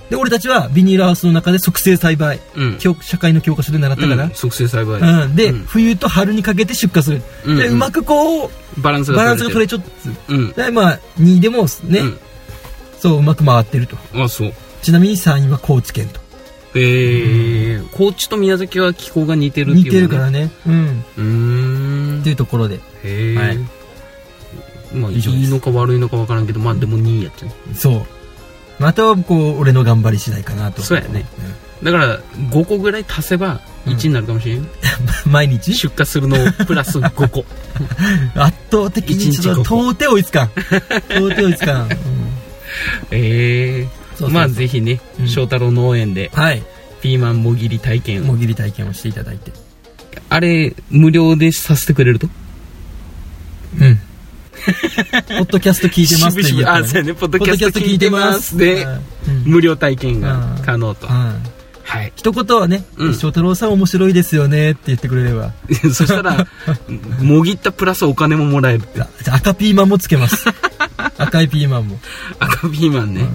Speaker 2: で俺たちはビニールハウスの中で促成栽培
Speaker 1: うん
Speaker 2: 教社会の教科書で習ったか
Speaker 1: う
Speaker 2: ら
Speaker 1: ん、促成栽培
Speaker 2: うんで、
Speaker 1: うん
Speaker 2: 冬と春にかけて出荷する、
Speaker 1: うん
Speaker 2: でうまくこう
Speaker 1: バランス
Speaker 2: バラ
Speaker 1: が
Speaker 2: ンス
Speaker 1: 取
Speaker 2: が
Speaker 1: れ
Speaker 2: 取れ
Speaker 1: て
Speaker 2: ちょっと
Speaker 1: るうん
Speaker 2: でまあ2位でもね、そううまく回ってると
Speaker 1: うんあそう
Speaker 2: ちなみに3位は高知県と
Speaker 1: ええ高知と宮崎は気候が似てるっていう
Speaker 2: 似てるから
Speaker 1: ね
Speaker 2: ねうん
Speaker 1: うーん
Speaker 2: っていうところで
Speaker 1: へえ、
Speaker 2: はい
Speaker 1: まあい
Speaker 2: 以上です
Speaker 1: いのか悪いのか分からんけどまあでも2位やっちゃう
Speaker 2: そうまたはこう俺の頑張り次第かなと
Speaker 1: そうやねだから5個ぐらい足せば1になるかもしれん、
Speaker 2: うん 毎日
Speaker 1: 出荷するのをプラス5個
Speaker 2: 圧倒的にちょっと
Speaker 1: 一日五
Speaker 2: 到底追い つかん到底追いつかん、うん
Speaker 1: ええ
Speaker 2: そうそうそう
Speaker 1: まあぜひね、
Speaker 2: うん
Speaker 1: 翔太郎農園で
Speaker 2: はい
Speaker 1: ピーマンもぎり体験を
Speaker 2: もぎり体験をしていただいて
Speaker 1: あれ無料でさせてくれると
Speaker 2: うん。ポッドキャスト聞いてますって言
Speaker 1: 渋
Speaker 2: う
Speaker 1: 々
Speaker 2: から
Speaker 1: あ、そうやね。ポッドキャスト聞いてますで、
Speaker 2: うん
Speaker 1: 無料体験が可能と。
Speaker 2: うん
Speaker 1: はい。
Speaker 2: 一言はね
Speaker 1: うん
Speaker 2: 「翔太郎さん面白いですよね」って言ってくれれば
Speaker 1: そした ら、もぎったプラスお金ももらえる。
Speaker 2: あじゃあ赤ピーマンもつけます 赤いピーマンも
Speaker 1: 赤ピーマンね。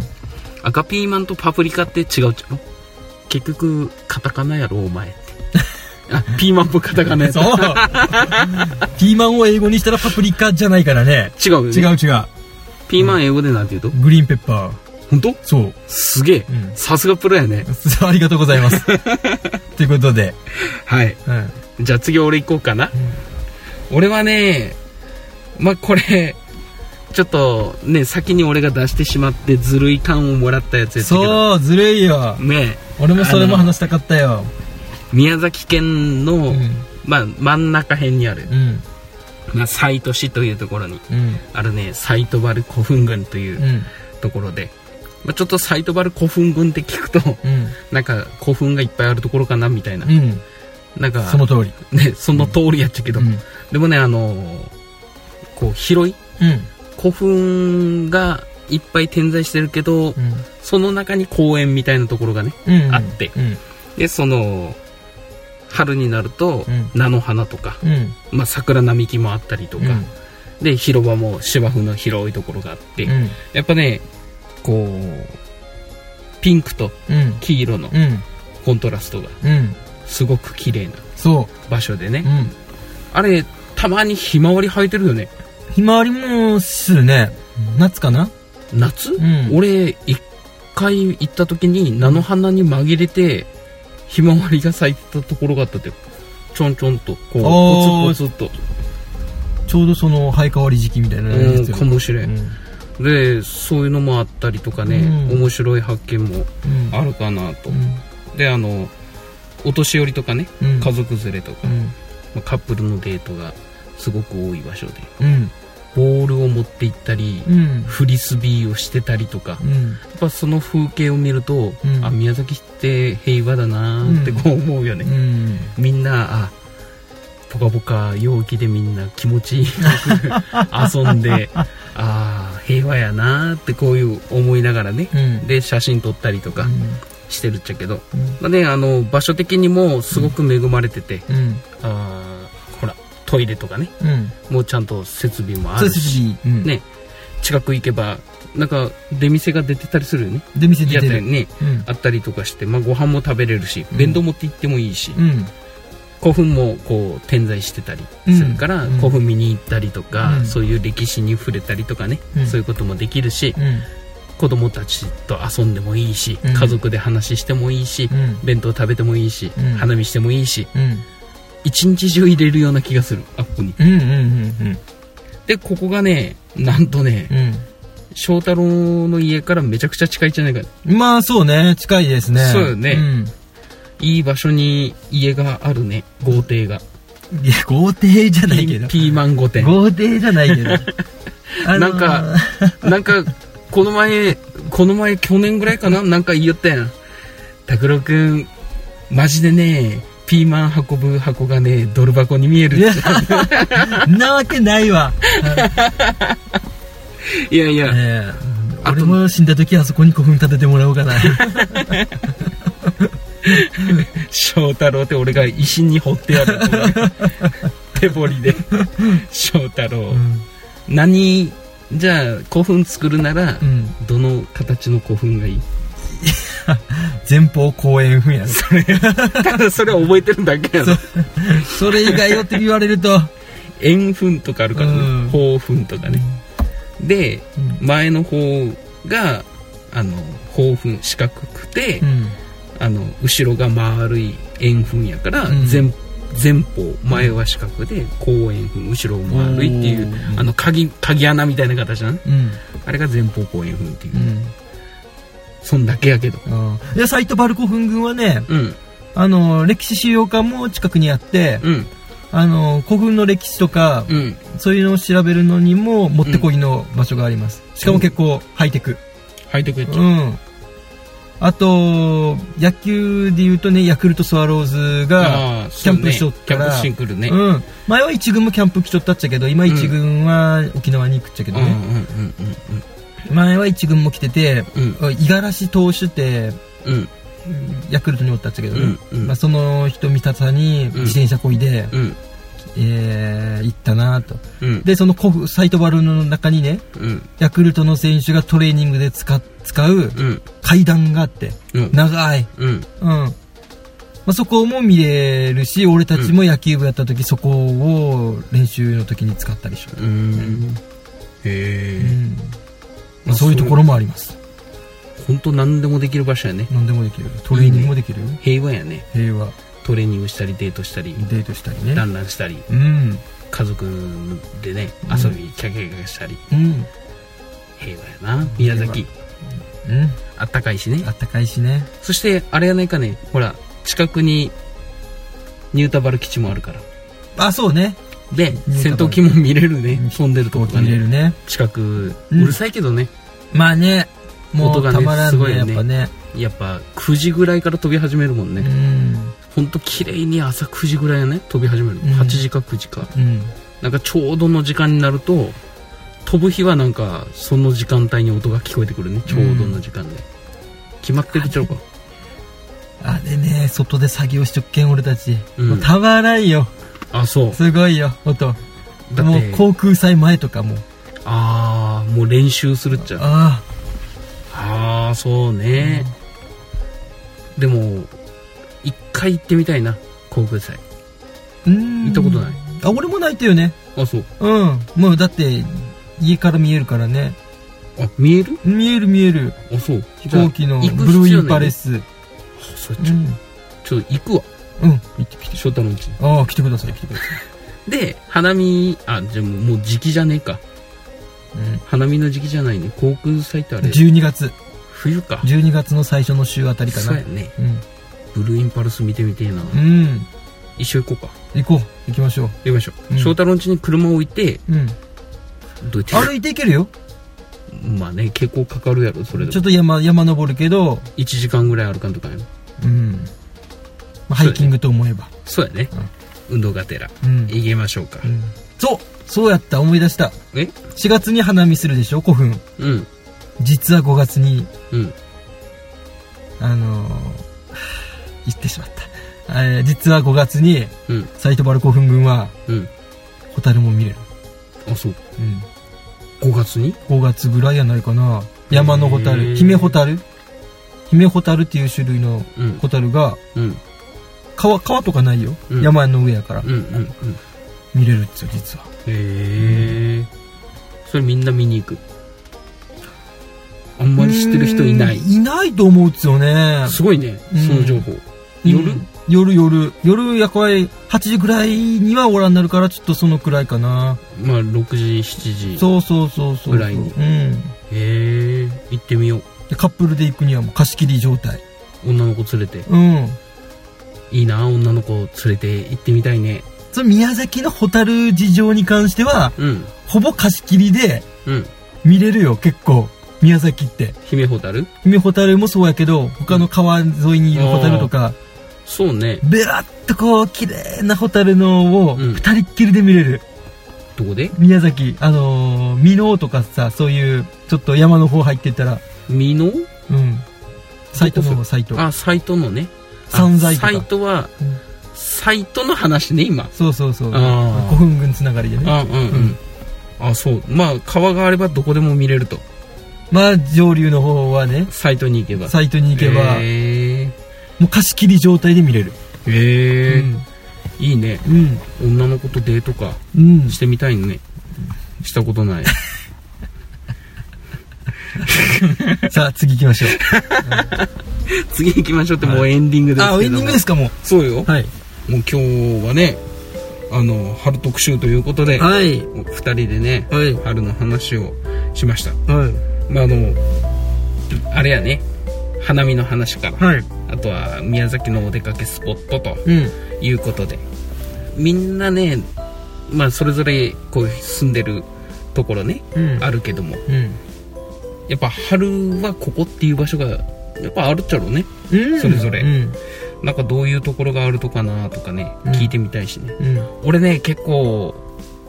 Speaker 1: 赤ピーマンとパプリカって違うっちゃう結局、カタカナやろ、お 前って。あ、ピーマンもカタカナや
Speaker 2: そ
Speaker 1: ろ
Speaker 2: うピーマンを英語にしたらパプリカじゃないからね
Speaker 1: 違うよね。
Speaker 2: 違う違う
Speaker 1: ピーマン英語でなんて言うと
Speaker 2: グリーンペッパー
Speaker 1: 本当
Speaker 2: そう
Speaker 1: すげえ
Speaker 2: う。ん
Speaker 1: さすがプロやね。
Speaker 2: そうありがとうございます ということで、
Speaker 1: はい。
Speaker 2: うん、
Speaker 1: じゃあ次俺行こうかな。俺はね、まあ、これ、ちょっとね、先に俺が出してしまってずるい感をもらったやつやったけど、
Speaker 2: そうずるいよ
Speaker 1: ね、
Speaker 2: 俺もそれも話したかったよ
Speaker 1: 宮崎県の、
Speaker 2: うん
Speaker 1: まあ、真ん中辺にある、
Speaker 2: うん
Speaker 1: まあ、西都市というところに
Speaker 2: うん
Speaker 1: あるね、西都原古墳群といううんところで、まあ、ちょっと西都原古墳群って聞くと、
Speaker 2: うん
Speaker 1: なんか古墳がいっぱいあるところかなみたいな、
Speaker 2: うん
Speaker 1: なんか、
Speaker 2: その通り
Speaker 1: ね、その通りやっちゃうけど、
Speaker 2: うん
Speaker 1: でもね、あのーこう、広い
Speaker 2: うん
Speaker 1: 古墳がいっぱい点在してるけど、
Speaker 2: う
Speaker 1: その中に公園みたいなところがね、
Speaker 2: んうん
Speaker 1: あって
Speaker 2: うん
Speaker 1: で、その、春になると
Speaker 2: うん、
Speaker 1: 菜の花とか、
Speaker 2: うん
Speaker 1: まあ、桜並木もあったりと
Speaker 2: う
Speaker 1: か、
Speaker 2: ん
Speaker 1: で、広場も芝生の広いところがあって、
Speaker 2: うん
Speaker 1: やっぱね、こう、ピンクと
Speaker 2: うん
Speaker 1: 黄色の
Speaker 2: うん
Speaker 1: コントラストが
Speaker 2: うん
Speaker 1: すごく綺麗な
Speaker 2: そ
Speaker 1: 場所でね、
Speaker 2: ううん
Speaker 1: あれ、たまにひまわり生えてるよね。
Speaker 2: ひまわりもするね夏かな
Speaker 1: 夏、
Speaker 2: ん
Speaker 1: 俺一回行った時に菜の花に紛れてひまわりが咲いてたところがあったってちょんちょんとこう
Speaker 2: あー
Speaker 1: ポツポツと
Speaker 2: ちょうどその生え変わり時期みたいな
Speaker 1: う
Speaker 2: や
Speaker 1: ん
Speaker 2: つよ
Speaker 1: かもしれ、
Speaker 2: うんん
Speaker 1: でそういうのもあったりとかね、
Speaker 2: うん
Speaker 1: 面白い発見も
Speaker 2: うん
Speaker 1: あるかなと、
Speaker 2: うん
Speaker 1: であのお年寄りとかね
Speaker 2: うん
Speaker 1: 家族連れとか、
Speaker 2: う
Speaker 1: ま
Speaker 2: ん
Speaker 1: あカップルのデートがすごく多い場所で
Speaker 2: うん
Speaker 1: ボールを持って行ったり、
Speaker 2: うん
Speaker 1: フリスビーをしてたりとか、
Speaker 2: うん
Speaker 1: やっぱその風景を見ると、
Speaker 2: うん
Speaker 1: あ宮崎って平和だなーってこう思うよね、
Speaker 2: うん
Speaker 1: みんなあポカポカ陽気でみんな気持ち よく遊んでああー平和やなーってこういう思いながらね、
Speaker 2: うん
Speaker 1: で写真撮ったりとかしてるっちゃけど、
Speaker 2: うん
Speaker 1: まあね、あの場所的にもすごく恵まれてて、
Speaker 2: うん
Speaker 1: あーほらトイレとかね
Speaker 2: うん
Speaker 1: もうちゃんと設備もあ
Speaker 2: そう
Speaker 1: る
Speaker 2: です
Speaker 1: し
Speaker 2: しうん
Speaker 1: ね近く行けばなんか出店が出てたりするよね
Speaker 2: で店出
Speaker 1: やってたよ
Speaker 2: る
Speaker 1: ね
Speaker 2: うん
Speaker 1: あったりとかして、まあ、ご飯も食べれるし、
Speaker 2: うん
Speaker 1: 弁当持って行ってもいいし、
Speaker 2: うん
Speaker 1: 古墳もこう点在してたりするから、
Speaker 2: うんうん
Speaker 1: 古墳見に行ったりとか、
Speaker 2: うん
Speaker 1: そういう歴史に触れたりとかね、
Speaker 2: うん
Speaker 1: そういうこともできるし、
Speaker 2: うん
Speaker 1: 子供たちと遊んでもいいし、
Speaker 2: うん
Speaker 1: 家族で話してもいいし、
Speaker 2: うん
Speaker 1: 弁当食べてもいいし、
Speaker 2: うん
Speaker 1: 花見してもいいし、
Speaker 2: うん
Speaker 1: 一日中入れるような気がする、あ、ここに。
Speaker 2: うんうんうん
Speaker 1: で、ここがね、なんとね、
Speaker 2: うん
Speaker 1: 翔太郎の家からめちゃくちゃ近いじゃないか。
Speaker 2: うんまあそうね近いですね
Speaker 1: そうよね
Speaker 2: ん
Speaker 1: いい場所に家があるね、豪邸が。
Speaker 2: いや豪邸じゃない
Speaker 1: ピ
Speaker 2: け
Speaker 1: ー
Speaker 2: ど
Speaker 1: ピーマン御殿。
Speaker 2: 豪邸じゃないけ どあの
Speaker 1: な
Speaker 2: ー
Speaker 1: んか、なんか、この前、この前、去年ぐらいかななんか言いよったやん。拓郎くん、マジでね、ピーマン運ぶ箱がね、ドル箱に見える
Speaker 2: い。 なわけないわ、
Speaker 1: いやいや、
Speaker 2: ええ
Speaker 1: あと
Speaker 2: 俺も死んだ時あそこに古墳建ててもらおうかな
Speaker 1: 翔太郎って俺が石に掘って やる。手彫りで。翔太郎。
Speaker 2: うん
Speaker 1: 何、じゃあ、古墳作るなら、
Speaker 2: うん
Speaker 1: どの形の古墳がいい
Speaker 2: 前方後円墳 やね
Speaker 1: ただそれは覚えてるだけやろ。
Speaker 2: それ以外をって言われると
Speaker 1: 円墳とかあるから
Speaker 2: うん
Speaker 1: ね。方墳とかね。で、
Speaker 2: うん
Speaker 1: 前の方があの方墳四角くて、
Speaker 2: うん
Speaker 1: あの後ろが丸い円墳やから、
Speaker 2: うん
Speaker 1: 前前方前は四角で後円墳後ろ丸いっていう
Speaker 2: おー
Speaker 1: あの鍵鍵穴みたいな形なの
Speaker 2: うん
Speaker 1: あれが前方後円墳っていう、
Speaker 2: うん
Speaker 1: そんだけやけど
Speaker 2: あーいやサイトバルコ墳群はね
Speaker 1: うん
Speaker 2: あの歴史資料館も近くにあって、
Speaker 1: うん
Speaker 2: あの古墳の歴史とか、
Speaker 1: うん
Speaker 2: そういうのを調べるのにももってこいの場所があります、しかも結構ハイテク
Speaker 1: ハイテクやっち
Speaker 2: う
Speaker 1: ゃうん
Speaker 2: あと野球でいうとねヤクルトスワローズが
Speaker 1: あー
Speaker 2: キ
Speaker 1: そ
Speaker 2: ャ
Speaker 1: う
Speaker 2: ン
Speaker 1: ね
Speaker 2: プしとった
Speaker 1: キ
Speaker 2: ら
Speaker 1: ャンプしに来るね
Speaker 2: うん、前は一軍もキャンプ来とったっちゃけど今一軍は沖縄に行くっちゃけ
Speaker 1: う
Speaker 2: ど
Speaker 1: んうん
Speaker 2: ね、前は一軍も来てて
Speaker 1: うんうん
Speaker 2: 五十嵐投手って
Speaker 1: うん
Speaker 2: ヤクルトにおったっちゃけどね、
Speaker 1: うんうん
Speaker 2: まあ、その人見たさに自転車こいで、
Speaker 1: うん
Speaker 2: えー行ったなと
Speaker 1: うん
Speaker 2: でそのコフサイトバルの中にね
Speaker 1: うん
Speaker 2: ヤクルトの選手がトレーニングで使使う
Speaker 1: うん
Speaker 2: 階段があって
Speaker 1: うん
Speaker 2: 長い、
Speaker 1: うん
Speaker 2: うんまあ、そこも見れるし俺たちも野球部やった時そこを練習の時に使ったりしょ、
Speaker 1: うんへえ、
Speaker 2: うんま
Speaker 1: ま
Speaker 2: あ、
Speaker 1: あ
Speaker 2: そういうところもあります
Speaker 1: 本当何でもできる場所やね
Speaker 2: 何でもできるトレーニングもできるよ
Speaker 1: 平和やね
Speaker 2: 平和
Speaker 1: トレーニングしたりデートしたり
Speaker 2: デートしたりね
Speaker 1: ランランしたり
Speaker 2: うん
Speaker 1: 家族でね遊びキャキャキャしたり
Speaker 2: うん
Speaker 1: 平和やな宮崎
Speaker 2: うん
Speaker 1: あったかいしね
Speaker 2: あったかいしね
Speaker 1: そしてあれやないかねほら近くにニュータバル基地もあるから
Speaker 2: あそうね
Speaker 1: で
Speaker 2: ニュータ
Speaker 1: 戦
Speaker 2: バル
Speaker 1: 闘機も見れるね飛んでるとこ
Speaker 2: こう
Speaker 1: が
Speaker 2: 切れ
Speaker 1: ね
Speaker 2: るね
Speaker 1: 近くう
Speaker 2: うん
Speaker 1: るさいけどね、
Speaker 2: まあねも
Speaker 1: 音
Speaker 2: う
Speaker 1: がね
Speaker 2: たまらん
Speaker 1: すごい
Speaker 2: ねや
Speaker 1: よ
Speaker 3: ね
Speaker 2: っぱね
Speaker 1: やっぱ9時ぐらいから飛び始めるもんね、
Speaker 2: うん
Speaker 1: ほんと綺麗に朝9時ぐらいやね飛び始める、
Speaker 2: ん
Speaker 1: 8時か9時か
Speaker 2: うん
Speaker 1: なんかちょうどの時間になると飛ぶ日はなんかその時間帯に音が聞こえてくるねちょうどの時間で、決まってるっちゃうか
Speaker 2: あれね外で作業しとっけん俺たち、
Speaker 1: うん
Speaker 2: もうたまらんよ
Speaker 1: あそう
Speaker 2: すごいよ音
Speaker 1: だっ
Speaker 2: もう
Speaker 1: て
Speaker 2: 航空祭前とかも
Speaker 1: ああもう練習するっちゃ
Speaker 2: あ
Speaker 1: ああそうね、でも一回行ってみたいな航空祭
Speaker 2: あうん
Speaker 1: 行ったことない
Speaker 2: あ俺も泣いたよね
Speaker 1: あそう
Speaker 2: うんもうだって家から見えるからね
Speaker 1: あ見える
Speaker 2: 見える見える
Speaker 1: あそう
Speaker 2: 飛行機のブ
Speaker 1: じゃあ行く
Speaker 2: ル
Speaker 1: 必要
Speaker 2: ーイ
Speaker 1: ないね
Speaker 2: ンパレス
Speaker 1: あそう
Speaker 2: う
Speaker 1: ちょ
Speaker 2: ん
Speaker 1: ちょっと行くわ
Speaker 2: うん行ってきて
Speaker 1: 翔太のうち
Speaker 2: ああ来てください来てください
Speaker 1: で花見あじゃあもうもう時期じゃねえか花見の時期じゃないね航空祭ってあ
Speaker 2: うん
Speaker 1: れ
Speaker 2: 12月
Speaker 1: 冬か
Speaker 2: 12月の最初の週あたりか
Speaker 1: そう
Speaker 2: な
Speaker 1: やね
Speaker 2: うん
Speaker 1: ブルーインパルス見てみてえな、
Speaker 2: うん
Speaker 1: 一緒行こうか
Speaker 2: 行こう行きましょ
Speaker 1: 行きましょう、
Speaker 2: うん
Speaker 1: 翔太郎んちに車を置いて
Speaker 2: ううん
Speaker 1: どうやって
Speaker 2: 歩いていけるよ
Speaker 1: まあね結構かかるやろそれで
Speaker 2: ちょ
Speaker 1: も
Speaker 2: っと山山登るけど
Speaker 1: 1時間ぐらい歩かんとかやろ
Speaker 2: うんまあハイキングと思えば
Speaker 1: そうやね、運動がてら
Speaker 2: うん
Speaker 1: 行きましょうか、
Speaker 2: うんそうそうやった思い出した
Speaker 1: え
Speaker 2: 4月に花見するでしょ古墳
Speaker 1: うん
Speaker 2: 実は5月に
Speaker 1: うん
Speaker 2: あのーはぁ言ってしまったえー実は5月に
Speaker 1: うん
Speaker 2: サイトバル古墳群は
Speaker 1: うん
Speaker 2: ホタルも見れる、
Speaker 1: あそう
Speaker 2: うん、
Speaker 1: 5月に
Speaker 2: 5月ぐらいやないかな山のホタ
Speaker 1: へー
Speaker 2: ル姫ホタル姫ホタルっていう種類の
Speaker 1: うん
Speaker 2: ホタルが
Speaker 1: うん
Speaker 2: 川川とかないよ、
Speaker 1: うん
Speaker 2: 山の上やから
Speaker 1: うんうんうん
Speaker 2: 見れるんですよ実は
Speaker 1: へえ、それみんな見に行くあんまり知ってる人いないう
Speaker 2: ーんいないと思うっすよね
Speaker 1: すごいね
Speaker 2: うん
Speaker 1: その情報、夜
Speaker 2: うん夜夜夜やこい8時ぐらいにはおらんなるからちょっとそのくらいかな
Speaker 1: まあ6時7時
Speaker 2: そうそうそうそう
Speaker 1: ぐらいに
Speaker 2: うん
Speaker 1: へえ行ってみよう
Speaker 2: でカップルで行くにはもう貸し切り状態
Speaker 1: 女の子連れて
Speaker 2: うん
Speaker 1: いいな女の子連れて行ってみたいね
Speaker 2: その宮崎のホタル事情に関しては
Speaker 1: うん
Speaker 2: ほぼ貸し切りで
Speaker 1: うん
Speaker 2: 見れるよ結構宮崎って
Speaker 1: 姫ホタル
Speaker 2: 海ホタルもそうやけど他の川沿いにいるホタルとか
Speaker 1: そうね
Speaker 2: ベラッとこう綺麗なホタルのを
Speaker 1: うん
Speaker 2: 二人っきりで見れる、
Speaker 1: どこで
Speaker 2: 宮崎あのー、美濃とかさそういうちょっと山の方入ってったら
Speaker 1: 美濃
Speaker 2: うん。サイト
Speaker 1: どこ
Speaker 2: のサイト。
Speaker 1: あサイトのねあ
Speaker 2: 散財とか
Speaker 1: サイトは、
Speaker 2: うん
Speaker 1: サイトの話ね今
Speaker 2: そうそうそう。
Speaker 1: あー
Speaker 2: 古墳群つながりでね。
Speaker 1: あうんうん、
Speaker 2: うん
Speaker 1: あそうまあ川があればどこでも見れると
Speaker 2: まあ、上流の方はね、
Speaker 1: サイトに行けば
Speaker 2: サイトに行けば、
Speaker 1: へえ
Speaker 2: もう貸し切り状態で見れる。
Speaker 1: へえ、
Speaker 2: う
Speaker 1: いいね
Speaker 2: ん。
Speaker 1: 女の子とデートか
Speaker 2: うん。 うん
Speaker 1: してみたいねしたこと ない
Speaker 2: さあ、次行きましょ
Speaker 1: 次行きましょうってもうエンディング
Speaker 2: う。
Speaker 1: ですけども
Speaker 2: あ、ウェンディングですか、も
Speaker 1: そうよ
Speaker 2: う。はい。
Speaker 1: もう今日はねあの春特集ということで、
Speaker 2: はい。
Speaker 1: もう二人でね、
Speaker 2: はい
Speaker 1: 春の話をしました
Speaker 2: はい。
Speaker 1: まああのあれやね花見の話から、
Speaker 2: はい。
Speaker 1: あとは宮崎のお出かけスポットと
Speaker 2: うん。
Speaker 1: いうことでみんなねまあそれぞれこう住んでるところね、
Speaker 2: うん
Speaker 1: あるけども
Speaker 2: うん。
Speaker 1: やっぱ春はここっていう場所がやっぱあるっちゃろうね
Speaker 3: うん
Speaker 1: それぞれ
Speaker 3: うん
Speaker 1: なんかどういうところがあるとかなとかね、
Speaker 3: うん
Speaker 1: 聞いてみたいしね
Speaker 3: うん
Speaker 1: 俺ね結構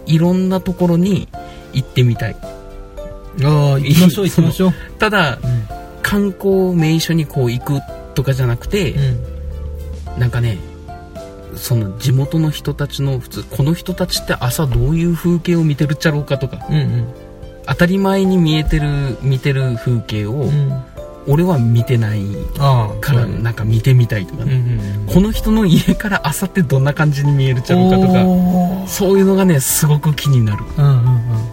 Speaker 1: いろんなところに行ってみたい
Speaker 2: ああ行きましょう
Speaker 1: いい
Speaker 2: 行きましょう
Speaker 1: ただ観光名所にこう行くとかじゃなくて、
Speaker 3: うん
Speaker 1: なんかねその地元の人たちの普通この人たちって朝どういう風景を見てるっちゃろうかとか
Speaker 3: うんうん
Speaker 1: 当たり前に見えてる見てる風景を
Speaker 3: うん
Speaker 1: 俺は見てない
Speaker 2: ああ
Speaker 1: からなんか見てみたいとか
Speaker 2: うんう
Speaker 1: ね、
Speaker 2: んうん
Speaker 1: この人の家から朝ってどんな感じに見えるっちゃろうかとか
Speaker 2: おー
Speaker 1: そういうのがねすごく気になる
Speaker 2: うんうん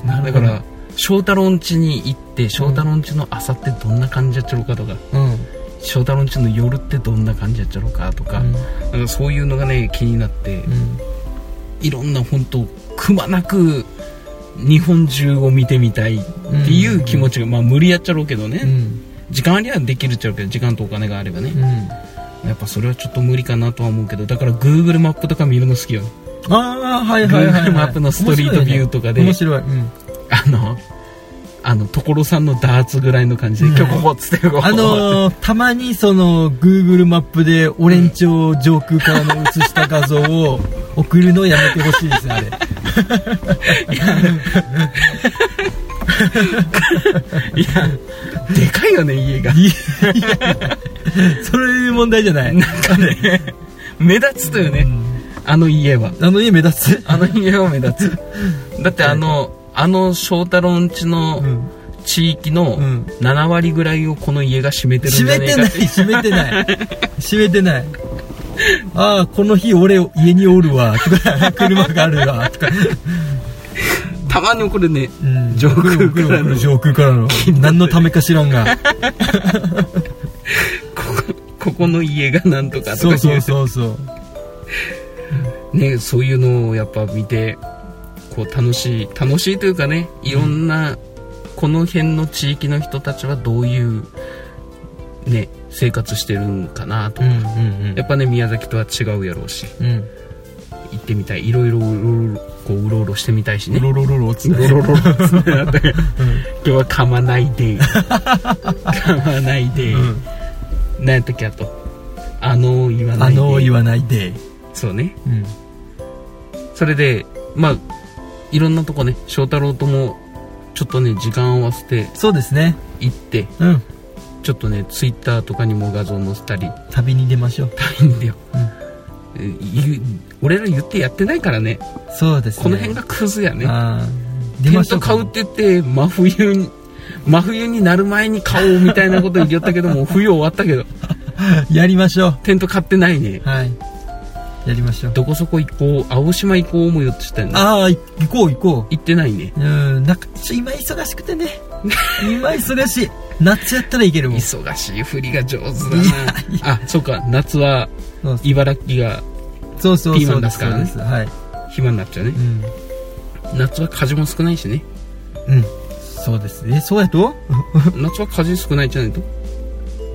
Speaker 2: うんな
Speaker 1: だか
Speaker 2: るほど
Speaker 1: ら翔太郎ん家に行って翔太郎ん家の朝ってどんな感じやっちゃろうかとか
Speaker 2: うん
Speaker 1: 翔太郎ん家の夜ってどんな感じやっちゃろうかとか,、
Speaker 2: うん
Speaker 1: なんかそういうのがね気になって、
Speaker 2: うん
Speaker 1: いろんな本当くまなく日本中を見てみたいっていう気持ちが、まあ無理やっちゃろうけどね、
Speaker 2: うん
Speaker 1: 時間ありゃできるっちゃろうけど時間とお金があればね
Speaker 2: う、ん
Speaker 1: やっぱそれはちょっと無理かなとは思うけどだから Google マップとか見るの好きよ
Speaker 2: ああはいはいはいはい
Speaker 1: Google マップのストリートビューとかで
Speaker 2: 面白いよね面白い
Speaker 1: あのあの所さんのダーツぐらいの感じで「今日ここ」っつってここ
Speaker 2: うんあのー たまにその Google マップでオレンジを上空からの映した画像を送るのやめてほしいですねあ れ
Speaker 1: いやでかいよね家が
Speaker 2: それいう問題じゃない
Speaker 1: なんかね目立つとよね、あの家は
Speaker 2: あの家目立つ
Speaker 1: あの家は目立つだってあのあの翔太郎んちの、
Speaker 2: うん
Speaker 1: 地域の
Speaker 2: うん
Speaker 1: 7割ぐらいをこの家が占めてるんじ
Speaker 2: 閉
Speaker 1: ゃ
Speaker 2: め
Speaker 1: ねえ
Speaker 2: て
Speaker 1: か
Speaker 2: ない
Speaker 1: って
Speaker 2: 閉めてない 閉めてないああこの日俺家におるわ とか車があるわとか、
Speaker 1: たまにこれね
Speaker 2: うん
Speaker 1: 上空からの
Speaker 2: 送る送る上空からの何のためか知らん が
Speaker 1: ここここの家がなんとかと
Speaker 2: そ
Speaker 1: か
Speaker 2: うそ
Speaker 1: 言
Speaker 2: う
Speaker 1: うて
Speaker 2: そうそう
Speaker 1: ねそういうのをやっぱ見てこう楽しい楽しいというかねいろんな、この辺の地域の人たちはどういうね生活してるんかなと、
Speaker 2: うん
Speaker 1: やっぱね宮崎とは違うやろうし
Speaker 2: うんうん
Speaker 1: 行ってみたいいろいろうろうろこううろうろしてみたいし
Speaker 2: う
Speaker 1: ね
Speaker 2: ろろろろっつ
Speaker 1: ロ
Speaker 2: って
Speaker 1: ロロロつってなって今日は噛まないで噛まないで、
Speaker 2: うん
Speaker 1: 何やったっけあとあのー言わな
Speaker 2: あ
Speaker 1: いで
Speaker 2: の言わないで
Speaker 1: そうね
Speaker 2: うん
Speaker 1: それでまあいろんなとこね翔太郎ともちょっとね時間を合わせて
Speaker 2: そうですね
Speaker 1: 行って
Speaker 2: うん
Speaker 1: ちょっとねツイッターとかにも画像載せたり
Speaker 2: 旅に出ましょう
Speaker 1: 大変だよ、え言う俺ら言ってやってないからね
Speaker 2: そうですね
Speaker 1: この辺がクズやね
Speaker 2: ああ出
Speaker 1: テ
Speaker 2: ま
Speaker 1: ン
Speaker 2: し
Speaker 1: ト
Speaker 2: ょう
Speaker 1: 買うって言って真冬に真冬になる前に買おうみたいなこと言ったけども冬終わったけど
Speaker 2: やりましょう
Speaker 1: テント買ってないね
Speaker 2: はいやりましょう
Speaker 1: どこそこ行こう青島行こう思いよってしたよね
Speaker 2: ああ行こう行こう
Speaker 1: 行ってないね
Speaker 2: うん、なんかちょ今忙し くてね。今忙しい。夏やったらいけるもん。そ
Speaker 1: 忙しいふりが上手だなあそうか夏は
Speaker 2: う
Speaker 1: 茨城が
Speaker 2: そうそうそう。
Speaker 1: ピーマン出すからね
Speaker 2: そうですはい。
Speaker 1: 暇になっちゃうね
Speaker 2: うん。
Speaker 1: 夏は風も少ないし ね
Speaker 2: うん。そうですね。そうやと
Speaker 1: 夏は風少ないじゃないと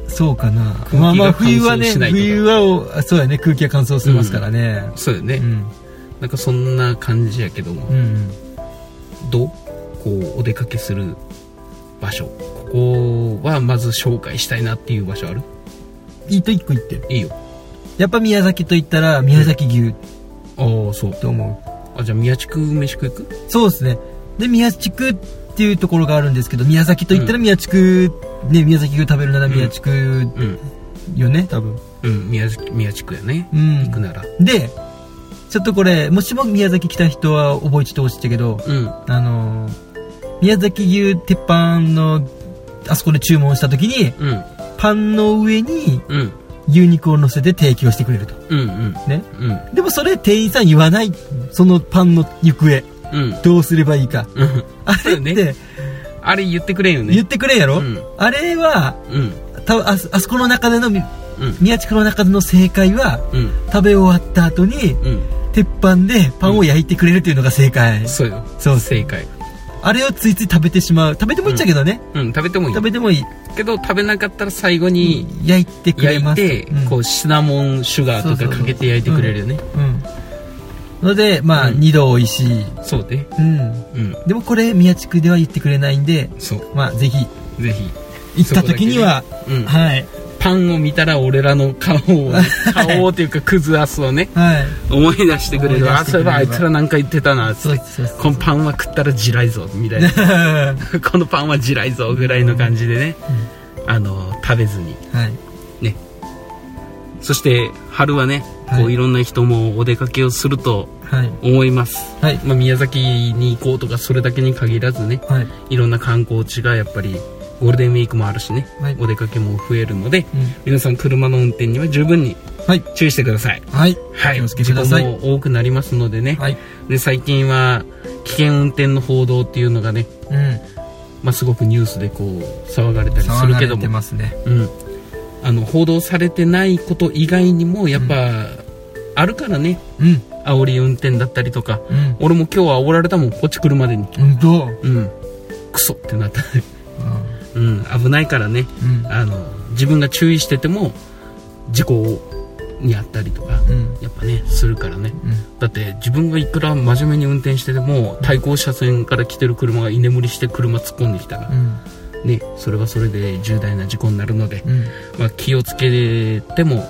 Speaker 2: そうかな。
Speaker 1: 気が
Speaker 2: まあまあ、冬はね、
Speaker 1: 乾燥しないとか
Speaker 2: 冬はお、あそうやね、空気が乾燥してますからね。
Speaker 1: そうよね、
Speaker 2: うん。
Speaker 1: なんかそんな感じやけども、
Speaker 2: うん。
Speaker 1: どうこうお出かけする場所ここはまず紹介したいなっていう場所ある
Speaker 2: いいと一個言って。
Speaker 1: いいよ
Speaker 2: やっぱ宮崎と言ったら、宮崎牛
Speaker 1: ああそう
Speaker 2: と思
Speaker 1: あじゃあ宮地区飯食い行く
Speaker 2: う。そうですね。で、宮地区っていうところがあるんですけど、宮崎と言ったら宮地区、ね、宮崎牛食べるなら宮地区
Speaker 1: うん
Speaker 2: よね、多分。
Speaker 1: うん宮崎宮地区やね
Speaker 2: うん。
Speaker 1: 行くなら
Speaker 2: で、ちょっとこれ、もしも宮崎来た人は覚えててほしいんだけど、
Speaker 1: うん
Speaker 2: あのー宮崎牛鉄板の、あそこで注文した時に、
Speaker 1: うん
Speaker 2: パンの上に
Speaker 1: うん
Speaker 2: 牛肉を乗せて提供してくれると。
Speaker 1: うんうん
Speaker 2: ね。
Speaker 1: うん
Speaker 2: でもそれ店員さん言わない。そのパンの行方。
Speaker 1: うん
Speaker 2: どうすればいいか。
Speaker 1: うん
Speaker 2: あ
Speaker 1: そう
Speaker 2: れ
Speaker 1: よ
Speaker 2: っ
Speaker 1: ね
Speaker 2: て
Speaker 1: あれ言ってくれんよね
Speaker 2: 言ってくれんやろ、
Speaker 1: うん
Speaker 2: あれは、
Speaker 1: うん
Speaker 2: たああそこの中での、み
Speaker 1: うん
Speaker 2: 宮地区の中での正解は、
Speaker 1: うん
Speaker 2: 食べ終わった後に、
Speaker 1: うん
Speaker 2: 鉄板でパンを焼いてくれるというのが正解。
Speaker 1: そうよ
Speaker 2: そう
Speaker 1: 正解
Speaker 2: あれをついつい食べてしまう。食べてもいいっちゃけどね。
Speaker 1: うん食べてもいい
Speaker 2: 食べてもいい。
Speaker 1: けど食べなかったら最後に
Speaker 2: 焼いてくれ
Speaker 1: 焼い
Speaker 2: ます。
Speaker 1: て
Speaker 2: うん、
Speaker 1: こうシナモンシュガーとかかけて焼いてくれるよね
Speaker 2: うん。ので、まあ、
Speaker 1: うん
Speaker 2: 二度美味しい。
Speaker 1: そうね
Speaker 2: うん。
Speaker 1: うん
Speaker 2: でもこれ、宮地区では言ってくれないんで、
Speaker 1: そう
Speaker 2: まあ、ぜひ、
Speaker 1: ぜひ
Speaker 2: 行った時には、
Speaker 1: うん
Speaker 2: はい。
Speaker 1: パンを見たら俺らの 顔を顔をっていうかクズアスをね
Speaker 2: はい
Speaker 1: 思い出してくれ
Speaker 2: 思い
Speaker 1: る
Speaker 2: 出
Speaker 1: あ
Speaker 2: して
Speaker 1: そ
Speaker 2: く
Speaker 1: ういえ
Speaker 2: れれば
Speaker 1: ばあいつらなんか言ってたなつ
Speaker 3: そ
Speaker 1: っ
Speaker 3: う
Speaker 1: て
Speaker 3: そうそう
Speaker 1: この パンは食ったら地雷ぞみ たいなこのパンは地雷ぞぐらいの感じでね、あの食べずに
Speaker 2: はい
Speaker 1: そして春はね
Speaker 2: はい
Speaker 1: こういろんな人もお出かけをすると
Speaker 2: はい
Speaker 1: 思います、
Speaker 2: はい
Speaker 1: まあ、宮崎に行こうとかそれだけに限らずね
Speaker 2: はい
Speaker 1: いろんな観光地がやっぱりゴールデンウィークもあるしね、
Speaker 2: はい
Speaker 1: お出かけも増えるので
Speaker 2: うん
Speaker 1: 皆さん車の運転には十分に
Speaker 2: はい
Speaker 1: 注意してください
Speaker 2: はい
Speaker 1: はい
Speaker 2: 気をつけてください
Speaker 1: 事故も多くなりますのでね、
Speaker 2: はい
Speaker 1: で最近は危険運転の報道っていうのがね、
Speaker 2: うん
Speaker 1: まあ、すごくニュースでこう騒がれたりす
Speaker 2: 騒
Speaker 1: る
Speaker 2: が
Speaker 1: け
Speaker 2: れ
Speaker 1: ど
Speaker 2: て
Speaker 1: も、
Speaker 2: ますね
Speaker 1: うん、あの報道されてないこと以外にもやっぱあるからね
Speaker 2: うん
Speaker 1: 煽り運転だったりとか
Speaker 2: うん
Speaker 1: 俺も今日は煽られたもんこっち来るまでに
Speaker 2: うんどう
Speaker 1: うんクソってなった う
Speaker 2: う
Speaker 1: ん危ないからね
Speaker 2: ん
Speaker 1: あの自分が注意してても事故にあったりとか
Speaker 2: うん
Speaker 1: やっぱねするからね
Speaker 2: うん
Speaker 1: だって自分がいくら真面目に運転してても対向車線から来てる車が居眠りして車突っ込んできたら
Speaker 2: うん
Speaker 1: ねそれはそれで重大な事故になるので、
Speaker 2: うん
Speaker 1: まあ、気をつけても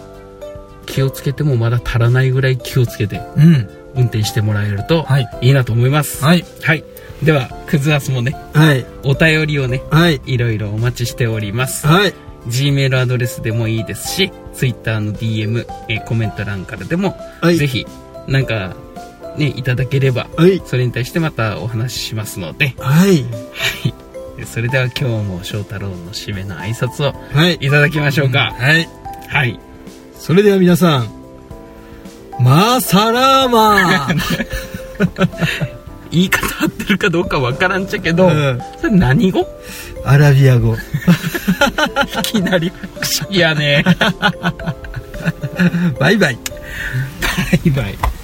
Speaker 1: 気をつけてもまだ足らないぐらい気をつけて
Speaker 2: うん
Speaker 1: 運転してもらえると
Speaker 2: はい
Speaker 1: いいなと思います
Speaker 2: はい
Speaker 1: はい、ではクズアスもね
Speaker 2: はい
Speaker 1: お便りをね
Speaker 2: はい
Speaker 1: いろいろお待ちしております
Speaker 2: はい
Speaker 1: G メールアドレスでもいいですし Twitter の DM、えーコメント欄からでも、
Speaker 2: はい
Speaker 1: ぜひなんかねいただければ
Speaker 2: はい
Speaker 1: それに対してまたお話ししますので
Speaker 2: はい
Speaker 1: それでは今日も翔太郎の締めの挨拶を
Speaker 2: はい
Speaker 1: いただきましょうか、
Speaker 2: はい
Speaker 1: はい
Speaker 2: それでは皆さんマーサラーマ ー
Speaker 1: 言い方合ってるかどうかわからんちゃけど、
Speaker 2: うん
Speaker 1: それ何語
Speaker 2: アラビア語
Speaker 1: いきなり不 思議やね
Speaker 2: バイバイ
Speaker 1: バイバイ